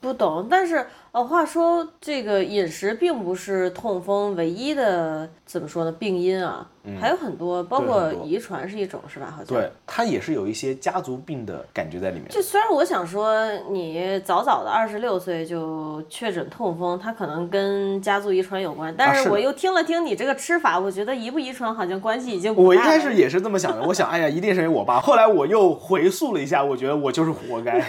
S2: 不懂。但是呃，话说这个饮食并不是痛风唯一的，怎么说呢？病因啊，还有很多，
S1: 嗯
S2: 包
S1: 对
S2: 括
S1: 很多
S2: 遗传是一种，是吧？好像。
S1: 对，它也是有一些家族病的感觉在里面。
S2: 就虽然我想说，你早早的二十六岁就确诊痛风，它可能跟家族遗传有关，但
S1: 啊是
S2: 是
S1: 的
S2: 我又听了听你这个吃法，我觉得遗不遗传好像关系已经不
S1: 我一
S2: 大了。
S1: 开始也是这么想的，我想，哎呀，一定是因为我爸。后来我又回溯了一下，我觉得我就是活
S2: *laughs*
S1: 该。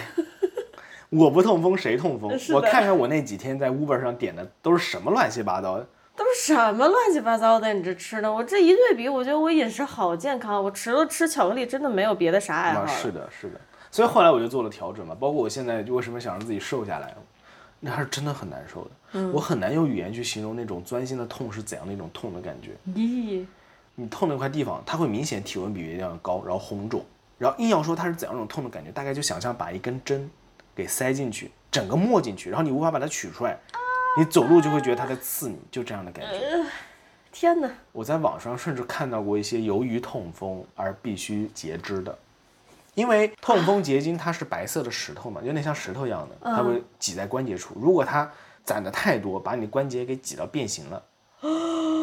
S1: 我不痛风谁痛风
S2: 呃是？的
S1: 我看看我那几天在 Uber 上点的都是什么乱七八糟的。
S2: 都是什么乱七八糟的？你这吃的，我这一对比，我觉得我饮食好健康，我除了吃巧克力，真的没有别的啥爱好
S1: 啊，
S2: 了。
S1: 是的，是的。所以后来我就做了调整嘛，包括我现在就为什么想让自己瘦下来，那还是真的很难受的。
S2: 嗯
S1: 我很难用语言去形容那种钻心的痛是怎样的一种痛的感觉。
S2: *laughs* 咦，
S1: 你痛那块地方，它会明显体温比原来要高，然后红肿，然后硬要说它是怎样一种痛的感觉，大概就想象把一根针给塞进去，整个没进去，然后你无法把它取出来，你走路就会觉得它在刺你，就这样的感觉。
S2: 天哪！
S1: 我在网上甚至看到过一些由于痛风而必须截肢的，因为痛风结晶它是白色的石头嘛，有点像石头一样的，
S2: 嗯
S1: 它会挤在关节处。如果它攒的太多，把你关节给挤到变形
S2: *gasps*
S1: 了，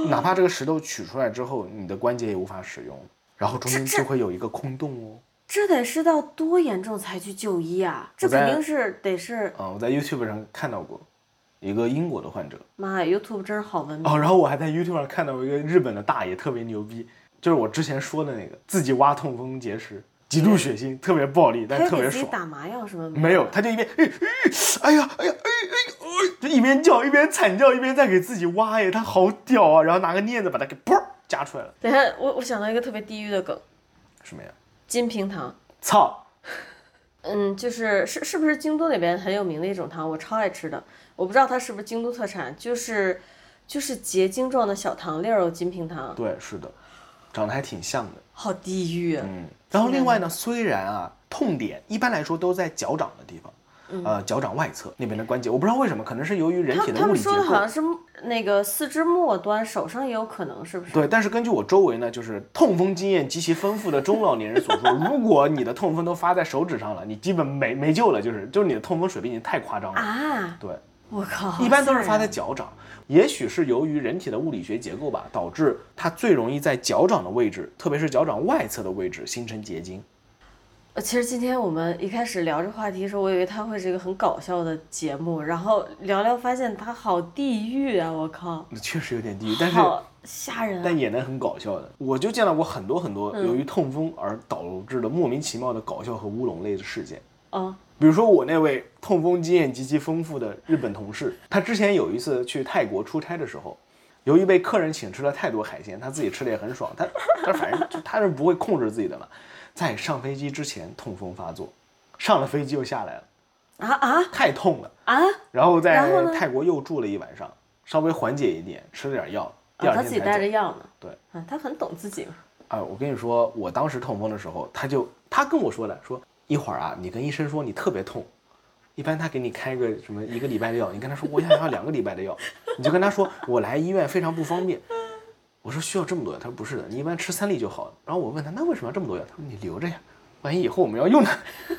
S1: 哪怕这个石头取出来之后，你的关节也无法使用，然后中间
S2: 这
S1: 就会有一个空洞哦。
S2: 这得是到多严重才去就医啊？这
S1: 我在
S2: 肯定是得是，
S1: 嗯，我在 YouTube 上看到过一个英国的患者，
S2: 妈呀，YouTube 真是好文明。
S1: 哦，然后我还在 YouTube 上看到一个日本的大爷特别牛逼，就是我之前说的那个自己挖痛风结石，极度血腥，特别暴力，但
S2: 还有
S1: 特
S2: 嗯给
S1: 别
S2: 自己
S1: 爽。
S2: 打麻药什么
S1: 没有，他就一边，哎哎呀，哎呀，哎哎哎，就一边叫一边惨叫，一边在给自己挖哎呀，他好屌啊！然后拿个镊子把它给噗夹出来了，
S2: 等一下， *laughs* 我我想到一个特别地狱的梗，
S1: 什么呀？
S2: 金平糖。
S1: 操！
S2: 嗯，就是是是不是京都那边很有名的一种糖，我超爱吃的。我不知道它是不是京都特产，就是就是结晶状的小糖粒儿哦，金平糖，
S1: 对，是的，长得还挺像的。
S2: 好地狱啊。
S1: 嗯，然后另外呢，虽然啊，痛点一般来说都在脚掌的地方。呃，脚掌外侧那边的关节，我不知道为什么，可能是由于人
S2: 他
S1: 体的
S2: 嗯他
S1: 物
S2: 们
S1: 理结
S2: 说的好
S1: 构
S2: 像。是那个四肢末端，手上也有可能，是不是？
S1: 对，但是根据我周围呢，就是痛风经验极其丰富的中老年人所说，如果你的痛风都发在手指上了，你基本没没救了，就是就是你的痛风水平已经太夸张了。
S2: 啊，
S1: 对，
S2: 我靠！好
S1: 嗯一般都是
S2: 吓
S1: 发
S2: 人啊
S1: 在脚掌，也许是由于人体的物理学结构吧，导致它最容易在脚掌的位置，特别是脚掌外侧的位置形成结晶。
S2: 呃其实今天我们一开始聊这话题的时候，我以为它会是一个很搞笑的节目，然后聊聊发现它好地狱啊！我靠，
S1: 那确实有点低，但是
S2: 好吓人啊！
S1: 但也能很搞笑的。我就见到过很多很多
S2: 嗯
S1: 由于痛风而导致的莫名其妙的搞笑和乌龙类的事件。
S2: 哦，
S1: 比如说我那位痛风经验极其丰富的日本同事，他之前有一次去泰国出差的时候，由于 *laughs* 被客人请吃了太多海鲜，他自己吃的也很爽，他他反正就他是不会控制自己的嘛。在上飞机之前痛风发作，上了飞机又下来了，
S2: 啊啊
S1: 太痛了，
S2: 啊！
S1: 然后在
S2: 然后呢
S1: 泰国又住了一晚上，稍微缓解一点，吃了点药，第
S2: 啊，他
S1: 二
S2: 自己
S1: 天
S2: 带
S1: 才
S2: 着
S1: 走。
S2: 药呢。
S1: 对，
S2: 啊，他很懂自己嘛。
S1: 啊，我跟你说，我当时痛风的时候，他就他跟我说的，说一会儿啊，你跟医生说你特别痛，一般他给你开个什么一个礼拜的药，你跟他说我想要两个礼拜的药， *laughs* 你就跟他说我来医院非常不方便。我说需要这么多药，他说不是的，你一般吃三粒就好了。然后我问他那为什么要这么多药，他说你留着呀，万一以后我们要用呢。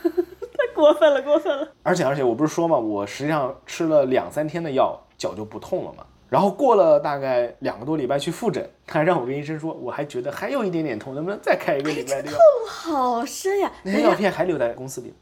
S2: 太过分了，过分了。
S1: 而且而且我不是说嘛，我实际上吃了两三天的药，脚就不痛了嘛。然后过了大概两个多礼拜去复诊，他还让我跟医生说，我还觉得还有一点点痛，能不能再开一个礼拜的药？
S2: 好深呀！
S1: 那药片还留在公司里，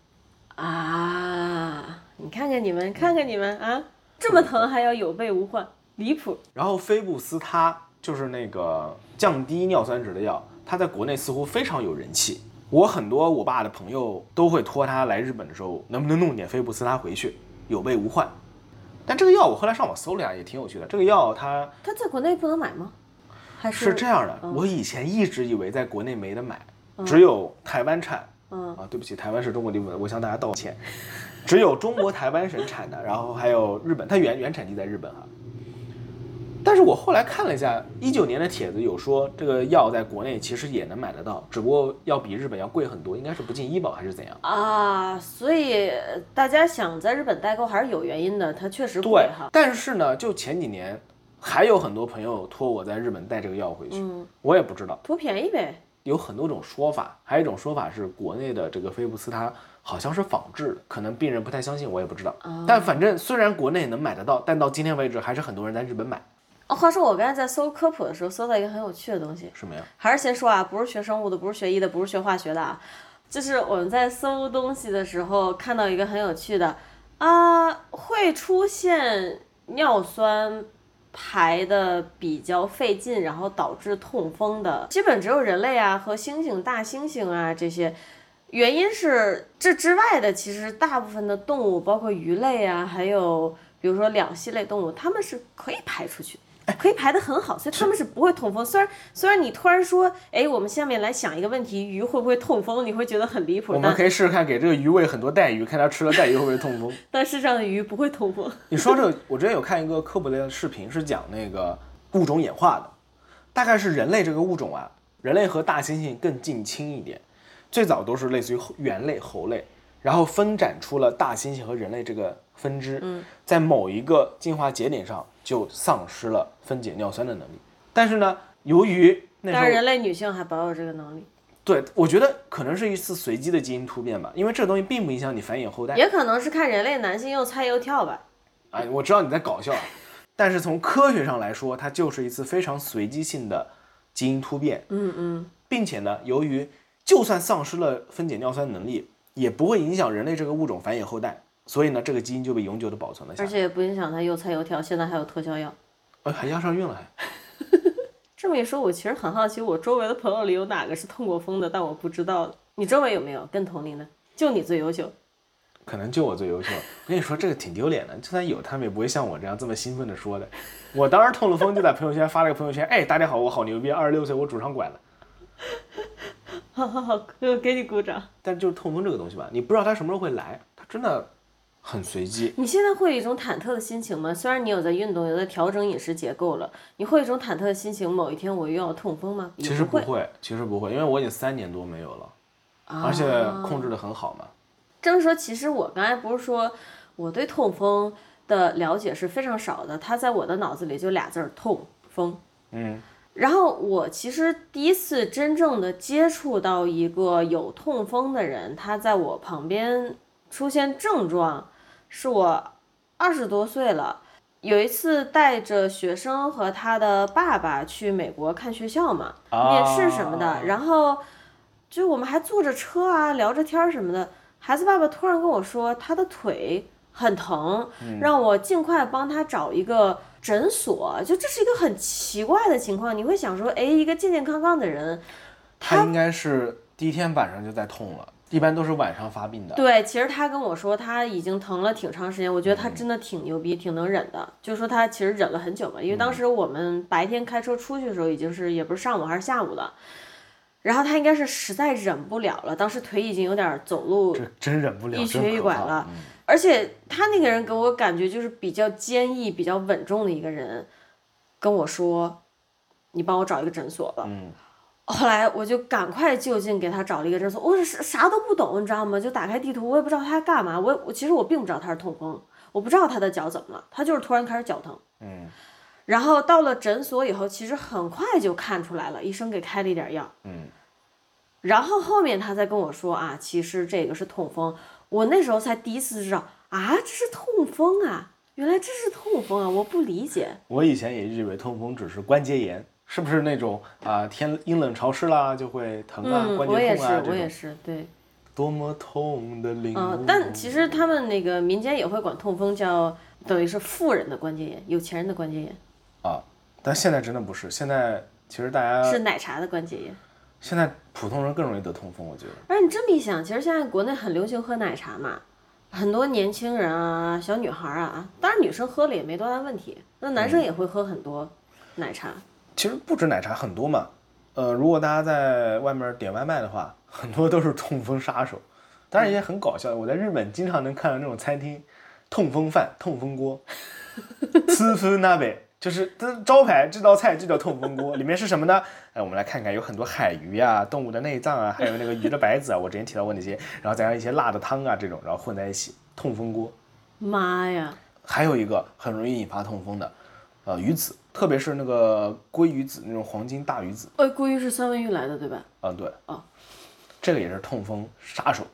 S2: 啊，你看看你们，看看你们啊，这么疼还要有备无患，离谱。
S1: 然后菲布斯他就是那个降低尿酸值的药，它在国内似乎非常有人气。我很多我爸的朋友都会托他来日本的时候，能不能弄点菲布斯他回去，有备无患。但这个药我后来上网搜了呀，也挺有趣的。这个药它
S2: 他在国内不能买吗？还
S1: 是这样的，我以前一直以为在国内没得买，只有台湾产。
S2: 嗯
S1: 啊，对不起，台湾是中国地部的，我向大家道歉。只有中国台湾省产的，然后还有日本，它原原产地在日本哈、但是我后来看了一下，一九年的帖子有说这个药在国内其实也能买得到，只不过要比日本要贵很多，应该是不进医保还是怎样？
S2: 啊，所以大家想在日本代购还是有原因的，它确实贵
S1: 对
S2: 哈，。
S1: 但是呢，就前几年还有很多朋友托我在日本带这个药回去，
S2: 嗯，
S1: 我也不知道。
S2: 图便宜呗。
S1: 有很多种说法，还有一种说法是国内的这个菲布斯他好像是仿制的，可能病人不太相信，我也不知道。但反正虽然国内能买得到，但到今天为止还是很多人在日本买，
S2: 哦，话说我刚才在搜科普的时候，搜到一个很有趣的东西，
S1: 什么呀？
S2: 还是先说啊，不是学生物的，不是学医的，不是学化学的啊，就是我们在搜东西的时候看到一个很有趣的啊，会出现尿酸排的比较费劲，然后导致痛风的，基本只有人类啊和猩猩、大猩猩啊这些。原因是这之外的，其实大部分的动物，包括鱼类啊，还有比如说两栖类动物，它们是可以排出去，
S1: 哎
S2: 可以排得很好，所以它们是不会痛风。虽然虽然你突然说，哎，我们下面来想一个问题，鱼会不会痛风？你会觉得很离谱
S1: 我，们
S2: 但
S1: 可以试试看，给这个鱼喂很多带鱼，看它吃了带鱼会不会痛风。
S2: 但世上的鱼不会痛风。
S1: 你说这个，我之前有看一个科普类的视频，是讲那个物种演化的，大概是人类这个物种啊，人类和大猩猩更近亲一点，最早都是类似于猴猿类、猴类，然后分展出了大猩猩和人类这个分支，在某一个进化节点上就丧失了分解尿酸的能力，但是呢，由于那时
S2: 但
S1: 候
S2: 是人类女性还保有这个能力，
S1: 对，我觉得可能是一次随机的基因突变吧，因为这个东西并不影响你繁衍后代。
S2: 也可能是看人类男性又菜又跳吧。
S1: 哎，我知道你在搞笑啊，但是从科学上来说，它就是一次非常随机性的基因突变，
S2: 嗯嗯，
S1: 并且呢，由于就算丧失了分解尿酸能力，也不会影响人类这个物种繁衍后代，所以呢，这个基因就被永久的保存了下
S2: 而
S1: 来。
S2: 且也不影响它又菜又跳，现在还有特效药。
S1: 哎，还押上韵了还。
S2: 这么一说，我其实很好奇，我周围的朋友里有哪个是痛过风的，但我不知道的。你周围有没有跟同龄的？就你最优秀。
S1: 可能就我最优秀。我跟你说，这个挺丢脸的。就算有，他们也不会像我这样这么兴奋的说的。我当时痛了风，就在朋友圈发了个朋友圈，哎，大家好，我好牛逼，二十六岁，我拄上拐了。
S2: 好好 *laughs* 好，给给你鼓掌。
S1: 但就是痛风这个东西吧，你不知道它什么时候会来，它真的很随机。
S2: 你现在会有一种忐忑的心情吗？虽然你有在运动，有在调整饮食结构了，你会有一种忐忑的心情，某一天我又要痛风吗？也
S1: 其实
S2: 不
S1: 不
S2: 会，
S1: 会，其实不会，因为我已经三年多没有了，
S2: 啊
S1: 而且控制的很好嘛。
S2: 这么说，其实我刚才不是说我对痛风的了解是非常少的，它在我的脑子里就俩字儿痛风。
S1: 嗯，
S2: 然后我其实第一次真正的接触到一个有痛风的人，他在我旁边出现症状，是我二十多岁了。有一次带着学生和他的爸爸去美国看学校嘛，
S1: 啊
S2: 面试什么的，然后就我们还坐着车啊，聊着天儿什么的。孩子爸爸突然跟我说，他的腿很疼，让我尽快帮他找一个诊所。就这是一个很奇怪的情况，你会想说，哎，一个健健康康的人，
S1: 他应该是第一天晚上就在痛了，一般都是晚上发病的。
S2: 对，其实他跟我说他已经疼了挺长时间，我觉得他真的挺牛逼，挺能忍的。就说他其实忍了很久嘛，因为当时我们白天开车出去的时候已经是也不是上午还是下午了，然后他应该是实在忍不了了，当时腿已经有点走路
S1: 这真忍不了，
S2: 一
S1: 真
S2: 瘸一
S1: 可
S2: 拐
S1: 怕
S2: 了
S1: 嗯
S2: 而且他那个人给我感觉就是比较坚毅、比较稳重的一个人，跟我说：“你帮我找一个诊所吧。”
S1: 嗯
S2: 后来我就赶快就近给他找了一个诊所，我是啥都不懂，你知道吗？就打开地图，我也不知道他干嘛。我我其实我并不知道他是痛风，我不知道他的脚怎么了，他就是突然开始脚疼。
S1: 嗯
S2: 然后到了诊所以后，其实很快就看出来了，医生给开了一点药。
S1: 嗯
S2: 然后后面他才跟我说啊，其实这个是痛风。我那时候才第一次知道啊，这是痛风啊，原来这是痛风啊，我不理解。
S1: 我以前也以为痛风只是关节炎，是不是那种啊、天阴冷潮湿啦就会疼啊，
S2: 嗯，
S1: 关
S2: 我
S1: 节
S2: 也
S1: 痛
S2: 是
S1: 啊，这
S2: 我也
S1: 种
S2: 是，对，
S1: 多么痛的领悟。啊
S2: 嗯、但其实他们那个民间也会管痛风叫，等于是富人的关节炎，有钱人的关节炎，
S1: 啊，但现在真的不是，现在其实大家
S2: 是奶茶的关节炎。
S1: 现在普通人更容易得痛风，我觉得。
S2: 而你这么一想，其实现在国内很流行喝奶茶嘛，很多年轻人啊、小女孩啊，当然女生喝了也没多大问题，那男
S1: 嗯
S2: 生也会喝很多奶茶。
S1: 其实不止奶茶，很多嘛。呃，如果大家在外面点外卖的话， *laughs* 很多都是痛风杀手。当然也很搞笑，我在日本经常能看到那种餐厅，痛风饭、痛风锅，吃风那呗，就是这招牌这道菜就叫痛风锅，里面是什么呢？哎，我们来看看，有很多海鱼啊、动物的内脏啊，还有那个鱼的白子啊，我之前提到过那些，然后再加上一些辣的汤啊这种，然后混在一起，痛风锅。
S2: 妈呀，
S1: 还有一个很容易引发痛风的，呃，鱼子，特别是那个鲑鱼子那种黄金大鱼子，
S2: 呃，鲑鱼是三文鱼来的对吧？
S1: 啊，对，
S2: 哦，
S1: 这个也是痛风杀手，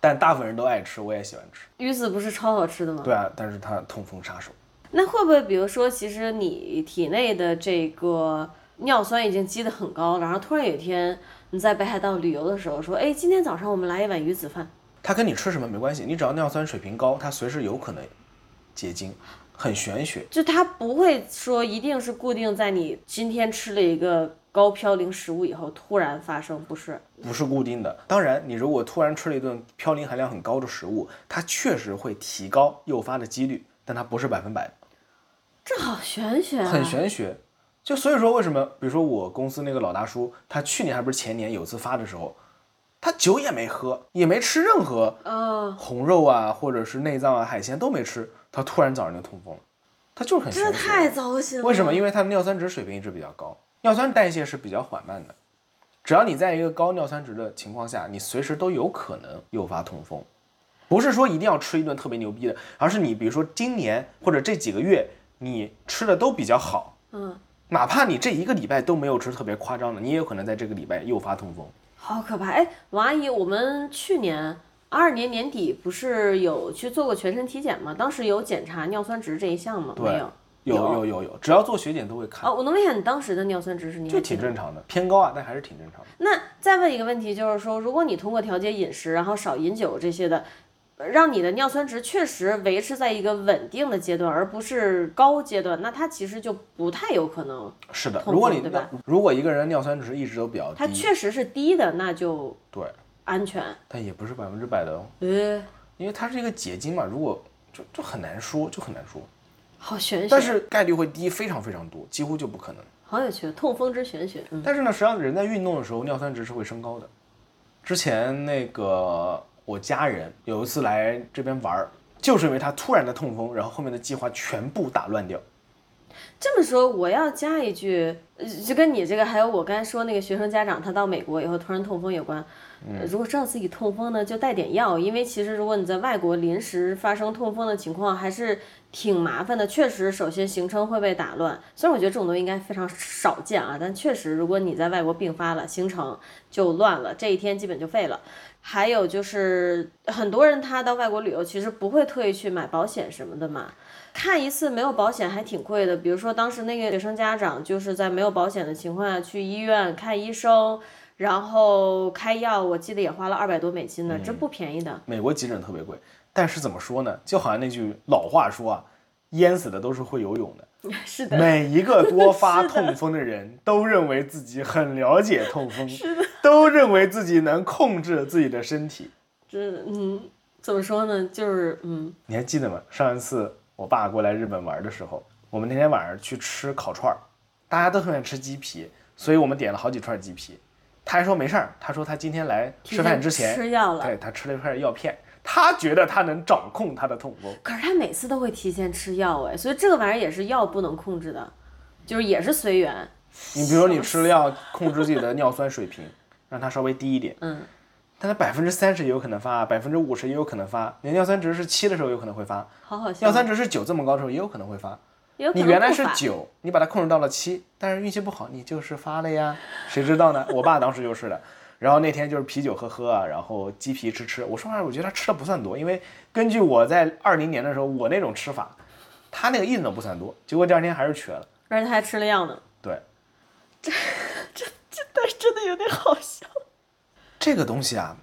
S1: 但大部分人都爱吃，我也喜欢吃。
S2: 鱼子不是超好吃的吗？
S1: 对啊，但是它痛风杀手，
S2: 那会不会比如说，其实你体内的这个尿酸已经积得很高了，然后突然有一天你在北海道旅游的时候说，哎，今天早上我们来一碗鱼子饭，
S1: 它跟你吃什么没关系，你只要尿酸水平高，它随时有可能结晶，很玄学。
S2: 就它不会说一定是固定在你今天吃了一个高嘌呤食物以后突然发生不适。
S1: 不是固定的。当然，你如果突然吃了一顿嘌呤含量很高的食物，它确实会提高诱发的几率，但它不是百分百的。
S2: 这好玄学啊！
S1: 很玄学。就所以说，为什么比如说我公司那个老大叔，他去年还不是前年有次发的时候，他酒也没喝，也没吃任何
S2: 啊！
S1: 红肉啊，或者是内脏啊、海鲜都没吃，他突然早上就痛风了，他就是很
S2: 真的
S1: 玄
S2: 太
S1: 学。
S2: 糟心了。
S1: 为什么？因为他的尿酸值水平一直比较高，尿酸代谢是比较缓慢的，只要你在一个高尿酸值的情况下，你随时都有可能诱发痛风。不是说一定要吃一顿特别牛逼的，而是你比如说今年或者这几个月你吃的都比较好，
S2: 嗯，
S1: 哪怕你这一个礼拜都没有吃特别夸张的，你也有可能在这个礼拜诱发痛风。
S2: 好可怕！哎，王阿姨，我们去年二年年底不是有去做过全身体检吗？当时有检查尿酸值这一项吗？
S1: 对
S2: 没有。
S1: 有
S2: 有
S1: 有有有，只要做血检都会看，
S2: 哦，我能问一下你当时的尿酸值是你还
S1: 就
S2: 记
S1: 挺
S2: 得
S1: 正
S2: 吗？
S1: 常的，偏高啊，但还是挺正常的。
S2: 那再问一个问题，就是说，如果你通过调节饮食，然后少饮酒这些的，呃让你的尿酸值确实维持在一个稳定的阶段，而不是高阶段，那它其实就不太有可能，
S1: 是的，
S2: 痛
S1: 如果
S2: 风
S1: 你
S2: 对吧
S1: 如果一个人尿酸值一直都比较
S2: 它
S1: 低，
S2: 确实是低的，那就
S1: 对，
S2: 安全。
S1: 但也不是百分之百的哦，
S2: 呃，
S1: 因为它是一个结晶嘛，如果就就很难说，就很难说，
S2: 好玄学，
S1: 但是概率会低非常非常多，几乎就不可能。
S2: 好有趣，痛风之玄学。嗯，
S1: 但是呢，实际上人在运动的时候，尿酸值是会升高的。之前那个我家人有一次来这边玩儿，就是因为他突然的痛风，然后后面的计划全部打乱掉。
S2: 这么说，我要加一句，呃就跟你这个，还有我刚才说那个学生家长，他到美国以后突然痛风有关。呃如果知道自己痛风呢，就带点药，因为其实如果你在外国临时发生痛风的情况，还是挺麻烦的。确实，首先行程会被打乱，虽然我觉得这种东西应该非常少见啊，但确实，如果你在外国病发了，行程就乱了，这一天基本就废了。还有就是，很多人他到外国旅游，其实不会特意去买保险什么的嘛。看一次没有保险还挺贵的，比如说当时那个学生家长就是在没有保险的情况下去医院看医生，然后开药，我记得也花了二百多美金呢，
S1: 嗯
S2: 这不便宜的。 *laughs*
S1: 美国急诊特别贵，但是怎么说呢？就好像那句老话说啊，淹死的都是会游泳的。
S2: 是
S1: *laughs*
S2: 的，
S1: 每一个多发痛风的人都认为自己很了解痛
S2: *laughs*
S1: 风，都认为自己能控制自己的身体。
S2: 这嗯，怎么说呢，就是嗯，
S1: 你还记得吗？上一次我爸过来日本玩的时候，我们那天晚上去吃烤串儿，大家都很喜欢吃鸡皮，所以我们点了好几串鸡皮。他还说没事儿，他说他今天来吃饭之前
S2: *laughs* 吃药了，
S1: 对他吃了一片药片，他觉得他能掌控他的痛风。
S2: 可是他每次都会提前吃药哎，所以这个玩意儿也是药不能控制的，就是也是随缘。
S1: 你比如说，你吃了药控制自己的尿酸水平，让它稍微低一点，
S2: 嗯，
S1: 但它百分之三十也有可能发，百分之五十也有可能发。你的尿酸值是七的时候有可能会发，
S2: 好好笑
S1: 尿。酸值是九这么高的时候也有可能会发。
S2: 也有可
S1: 你
S2: 能
S1: 原来
S2: 不
S1: 是
S2: 发
S1: 九，你把它控制到了七，但是运气不好，你就是发了呀，谁知道呢？我爸当时就是的。然后那天就是啤酒喝喝啊，然后鸡皮吃吃。我说实哎话，我觉得他吃的不算多，因为根据我在二零年的时候我那种吃法，他那个一点都不算多。结果第二天还是瘸了。
S2: 而且他还吃了药呢，
S1: 对，
S2: *laughs* 但是真的有点好笑。
S1: 这个东西啊，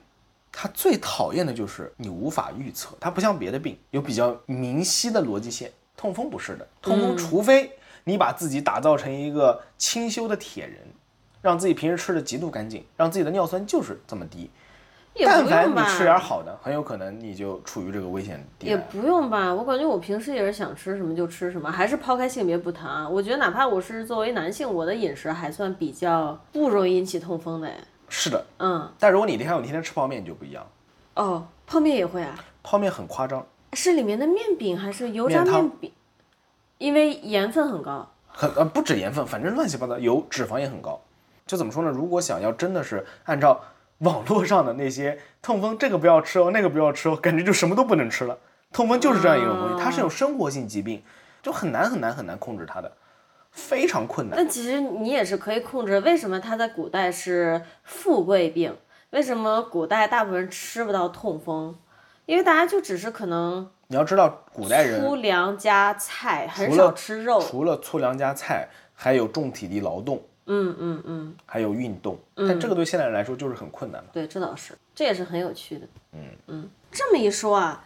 S1: 它最讨厌的就是你无法预测，它不像别的病有比较明晰的逻辑线。痛风不是的，痛
S2: 嗯
S1: 风除非你把自己打造成一个清修的铁人，让自己平时吃的极度干净，让自己的尿酸就是这么低。
S2: 也
S1: 但
S2: 不
S1: 凡
S2: 用
S1: 你
S2: 吧，
S1: 吃点好的，很有可能你就处于这个危险地
S2: 也
S1: 带。
S2: 不用吧，我感觉我平时也是想吃什么就吃什么，还是抛开性别不谈啊。我觉得哪怕我是作为男性，我的饮食还算比较不容易引起痛风的哎。
S1: 是的，
S2: 嗯，
S1: 但如果你你看我天天吃泡面，你就不一样。
S2: 哦，泡面也会啊，
S1: 泡面很夸张，
S2: 是里面的面饼还是油炸
S1: 面汤
S2: 面
S1: *laughs*
S2: 饼？因为盐分很高，
S1: 很呃不止盐分，反正乱七八糟，油脂肪也很高。就怎么说呢？如果想要真的是按照 *laughs* 网络上的那些痛风，这个不要吃哦，那个不要吃哦，感觉就什么都不能吃了。痛风就是这样一种东西，它是有生活性疾病，就很难很难很难控制它的，非常困难。
S2: 但其实你也是可以控制。为什么它在古代是富贵病？为什么古代大部分人吃不到痛风？因为大家就只是可能
S1: 你要知道，古代人
S2: 粗粮加菜，很
S1: 除
S2: 少
S1: 了
S2: 吃肉。
S1: 除了粗粮加菜，还有重体力劳动，
S2: 嗯嗯嗯，
S1: 还有运动，但这个对现代人来说就是很困难嘛。
S2: 对，这倒是，这也是很有趣的。嗯嗯，这么一说啊，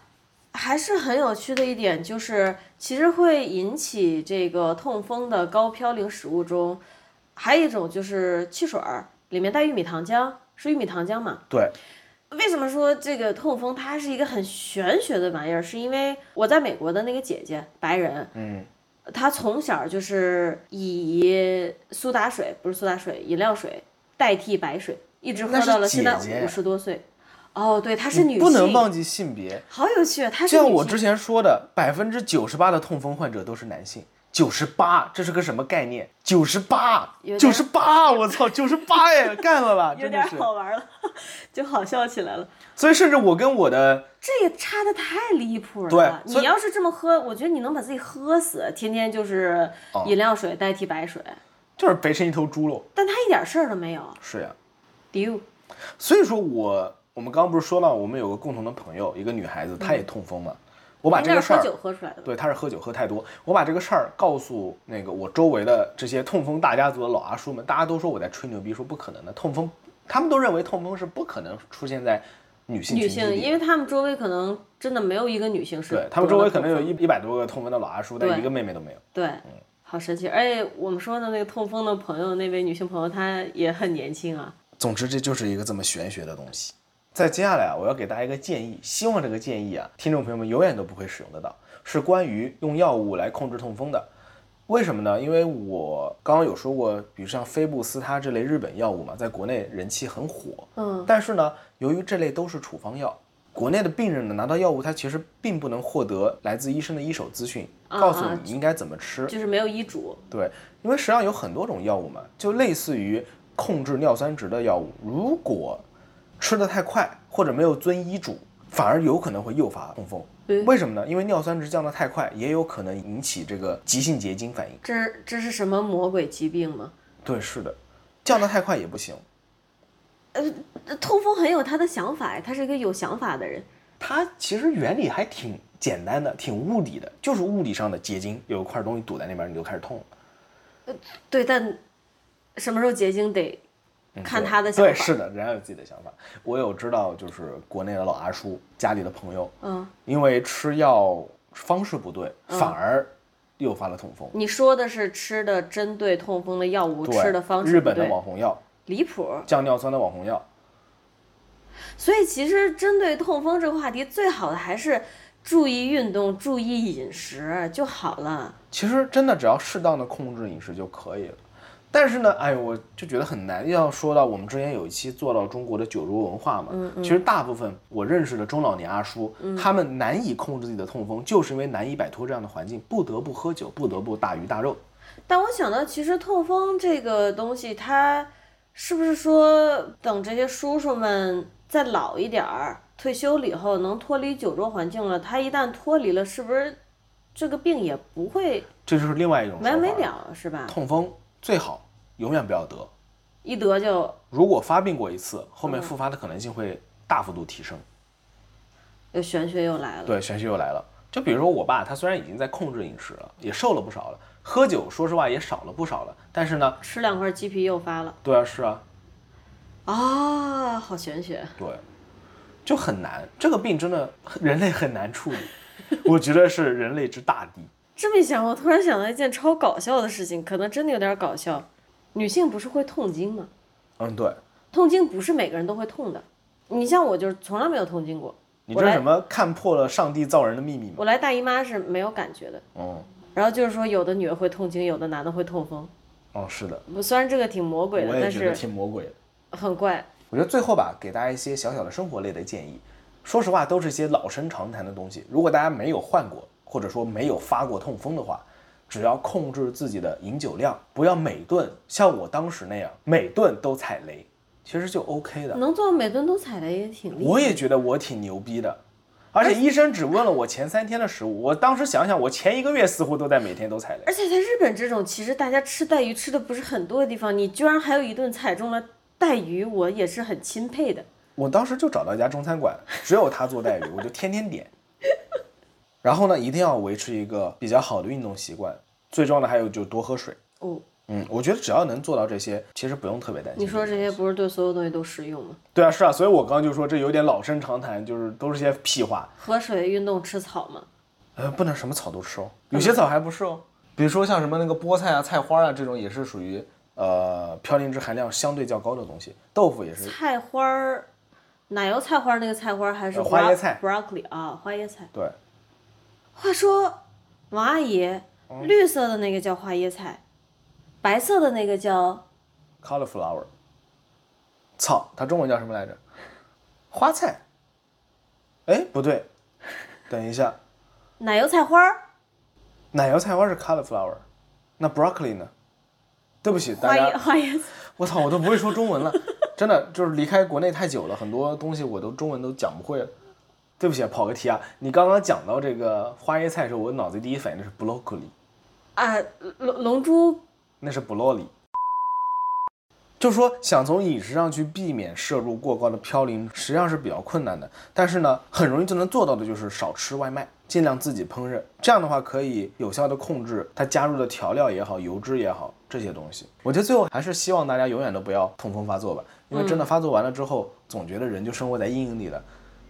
S2: 还是很有趣的一点就是，其实会引起这个痛风的高嘌呤食物中，还有一种就是汽水儿，里面带玉米糖浆，是玉米糖浆嘛？
S1: 对，
S2: 为什么说这个痛风它是一个很玄学的玩意儿？是因为我在美国的那个姐姐，白人，
S1: 嗯，
S2: 她从小就是以苏打水，不是苏打水，饮料水代替白水，一直喝
S1: 那是
S2: 到了现在
S1: 姐姐
S2: 五十多岁。哦，对，她是女性，
S1: 不能忘记性别。
S2: 好有趣，她是
S1: 就
S2: 女
S1: 像
S2: 性。
S1: 我之前说的，百分之九十八的痛风患者都是男性。九十八，这是个什么概念？九十八
S2: 有，
S1: 九
S2: 点
S1: 十八，我操，九十八哎，干了吧，
S2: 有
S1: 真的
S2: 点
S1: 是。
S2: 好玩了， *laughs* 就好笑起来了。
S1: 所以甚至我跟我的，
S2: 这也差的太离谱了。
S1: 对所以
S2: 你要是这么喝，我觉得你能把自己喝死，天天就是
S1: 哦
S2: 饮料水代替白水，
S1: 就是肥成一头猪喽。
S2: 但她一点事儿都没有。
S1: 是呀、
S2: 丢，
S1: 所以说我我们刚刚不是说到我们有个共同的朋友，一个女孩子，她也痛风嘛。我把这
S2: 嗯哎那
S1: 个
S2: 是
S1: 事
S2: 喝
S1: 儿，
S2: 酒喝出来的吧？
S1: 对，她是喝酒喝太多。我把这个事儿告诉那个我周围的这些痛风大家族的老阿叔们，大家都说我在吹牛逼，说不可能的痛风，他们都认为痛风是不可能出现在女性
S2: 女
S1: 群体
S2: 性，
S1: 里
S2: 因为他们周围可能真的没有一个女性是
S1: 对他们周围可能有
S2: 得了痛风
S1: 一嗯一百多个痛风的老阿叔，但
S2: 对
S1: 一个妹妹都没有。
S2: 对，好神奇。而且我们说的那个痛风的朋友，那位女性朋友，她也很年轻啊。
S1: 总之，这就是一个这么玄学的东西。在接下来啊，我要给大家一个建议，希望这个建议啊，听众朋友们永远都不会使用得到，是关于用药物来控制痛风的。为什么呢？因为我刚刚有说过，比如像菲布斯他这类日本药物嘛，在国内人气很火。
S2: 嗯，
S1: 但是呢，由于这类都是处方药，国内的病人呢拿到药物，他其实并不能获得来自医生的一手资讯，
S2: 啊
S1: 告诉
S2: 啊
S1: 你应该怎么吃。
S2: 就是没有医嘱。
S1: 对，因为实际上有很多种药物嘛，就类似于控制尿酸值的药物，如果吃得太快或者没有遵医嘱，反而有可能会诱发痛风。
S2: 嗯
S1: 为什么呢？因为尿酸值降得太快，也有可能引起这个急性结晶反应。
S2: 这这是什么魔鬼疾病吗？
S1: 对，是的，降得太快也不行。
S2: 呃痛风很有他的想法，他是一个有想法的人。
S1: 它其实原理还挺简单的，挺物理的，就是物理上的结晶，有一块东西堵在那边，你就开始痛了。
S2: 对，但什么时候结晶得看他的想
S1: 嗯
S2: 法。
S1: 对，是的，人家有自己的想法。我有知道，就是国内的老阿叔家里的朋友，
S2: 嗯，
S1: 因为吃药方式不对，反而诱发了痛风。
S2: 你说的是吃的针对痛风的药物，
S1: 对，
S2: 吃的方式
S1: 日
S2: 不
S1: 本的
S2: 对
S1: 网红药，
S2: 离谱。
S1: 降尿酸的网红药，
S2: 所以其实针对痛风这个话题，最好的还是注意运动、注意饮食就好了。
S1: 其实真的只要适当的控制饮食就可以了。但是呢，哎，我就觉得很难。要说到我们之前有一期做到中国的酒桌文化嘛，
S2: 嗯
S1: 其实大部分我认识的中老年阿叔，他们难以控制自己的痛风，就是因为难以摆脱这样的环境，不得不喝酒，不得不大鱼大肉。
S2: 但我想到，其实痛风这个东西，它是不是说等这些叔叔们再老一点儿，退休了以后能脱离酒桌环境了？他一旦脱离了，是不是这个病也不会
S1: 这就是另外一种
S2: 没
S1: 说
S2: 完没
S1: 法
S2: 了，是吧？
S1: 痛风最好永远不要得，
S2: 一得就
S1: 如果发病过一次，后面复发的可能性会大幅度提升。
S2: 又玄学又来了。
S1: 对，玄学又来了。就比如说我爸，他虽然已经在控制饮食了，也瘦了不少了，喝酒说实话也少了不少了，但是呢，
S2: 吃两块鸡皮又发了
S1: 对啊，是啊，
S2: 啊，好玄学！
S1: 对，就很难。这个病真的人类很难 *laughs* 处理，我觉得是人类之大敌。
S2: 这么一想，我突然想到一件超搞笑的事情，可能真的有点搞笑。女性不是会痛经吗？
S1: 嗯，对，
S2: 痛经不是每个人都会痛的，你像我就是从来没有痛经过。
S1: 你
S2: 我
S1: 这是
S2: 来
S1: 什么看破了上帝造人的秘密吗？
S2: 我来大姨妈是没有感觉的。
S1: 嗯，
S2: 然后就是说，有的女的会痛经，有的男的会痛风。
S1: 哦，是的，
S2: 我虽然这个挺魔鬼
S1: 我
S2: 的，
S1: 也
S2: 但
S1: 觉得
S2: 是
S1: 挺魔鬼的。
S2: 很怪。
S1: 我觉得最后吧，给大家一些小小的生活类的建议。说实话，都是一些老生常谈的东西。如果大家没有患过，或者说没有发过痛风的话，只要控制自己的饮酒量，不要每顿像我当时那样每顿都踩雷，其实就 OK 的。
S2: 能做到每顿都踩雷也挺厉害。
S1: 我也觉得我挺牛逼的，而且医生只问了我前三天的食物。我当时想想，我前一个月似乎都在每天都踩雷。
S2: 而且在日本这种其实大家吃带鱼吃的不是很多的地方，你居然还有一顿踩中了带鱼，我也是很钦佩的。
S1: 我当时就找到一家中餐馆，只有他做带鱼，我就天天点。然后呢，一定要维持一个比较好的运动习惯，最重要的还有就是多喝水。
S2: 哦，
S1: 嗯，我觉得只要能做到这些，其实不用特别担心。
S2: 你说这些不是对所有东西都适用吗？
S1: 对啊，是啊，所以我刚刚就说这有点老生常谈，就是都是些屁话。
S2: 喝水、运动、吃草嘛。
S1: 呃，不能什么草都吃哦，有些草还不是哦，比如说像什么那个菠菜啊、菜花啊这种，也是属于呃嘌呤质含量相对较高的东西。豆腐也是，
S2: 菜花儿，奶油菜花儿那个菜花儿还是
S1: 呃花椰菜
S2: broccoli 啊，花椰菜。
S1: 对，
S2: 话说，王阿姨，
S1: 哦
S2: 绿色的那个叫花椰菜，白色的那个叫
S1: cauliflower，草，它中文叫什么来着？花菜。哎，不对，等一下，
S2: 奶油菜花儿，
S1: 奶油菜花是 cauliflower，那 broccoli 呢？对不起，
S2: 花
S1: 大
S2: 椰
S1: 家，
S2: 花椰菜。
S1: 我操，我都不会说中文了，真的就是离开国内太久了，很多东西我都中文都讲不会了。对不起，跑个题啊，你刚刚讲到这个花椰菜的时候，我脑子第一反应的是 broccoli，
S2: 啊，龙龙珠
S1: 那是 broccoli。就是说，想从饮食上去避免摄入过高的嘌呤，实际上是比较困难的。但是呢，很容易就能做到的就是少吃外卖，尽量自己烹饪。这样的话，可以有效的控制它加入的调料也好、油脂也好这些东西。我觉得最后还是希望大家永远都不要痛风发作吧，因为真的发作完了之后，总觉得人就生活在阴影里了。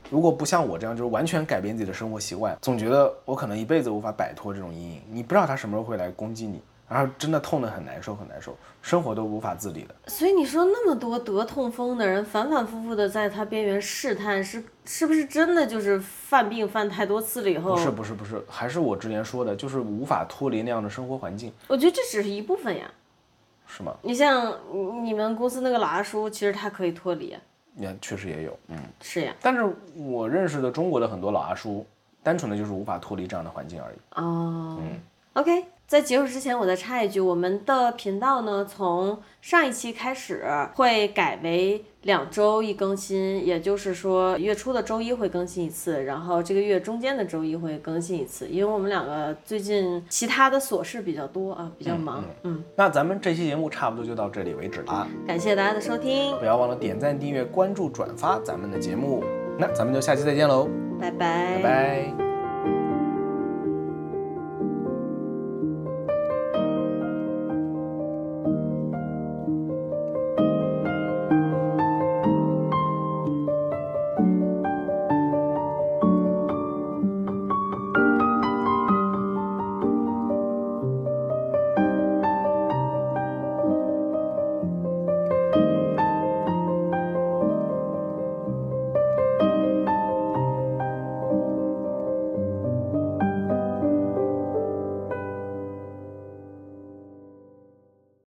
S1: 如果不像我这样，就是完全改变自己的生活习惯，总觉得我可能一辈子无法摆脱这种阴影。你不知道它什么时候会来攻击你，然后真的痛得很难受，很难受，生活都无法自理的。
S2: 所以你说那么多得痛风的人，反反复复的在他边缘试探，是是不是真的就是犯病犯太多次了以后？
S1: 不是不是不是，还是我之前说的，就是无法脱离那样的生活环境，
S2: 我觉得这只是一部分呀。
S1: 是吗？
S2: 你像你你们公司那个老阿叔，其实他可以脱离，啊
S1: 也确实也有，嗯。
S2: 是呀。
S1: 但是我认识的中国的很多老阿叔，单纯的就是无法脱离这样的环境而已。
S2: 哦、o k 在结束之前，我再插一句，我们的频道呢，从上一期开始会改为两周一更新，也就是说月初的周一会更新一次，然后这个月中间的周一会更新一次，因为我们两个最近其他的琐事比较多啊，比较忙。嗯，
S1: 那咱们这期节目差不多就到这里为止啦，
S2: 感谢大家的收听，
S1: 不要忘了点赞、订阅、关注、转发咱们的节目。那咱们就下期再见喽，
S2: 拜
S1: 拜
S2: 拜
S1: 拜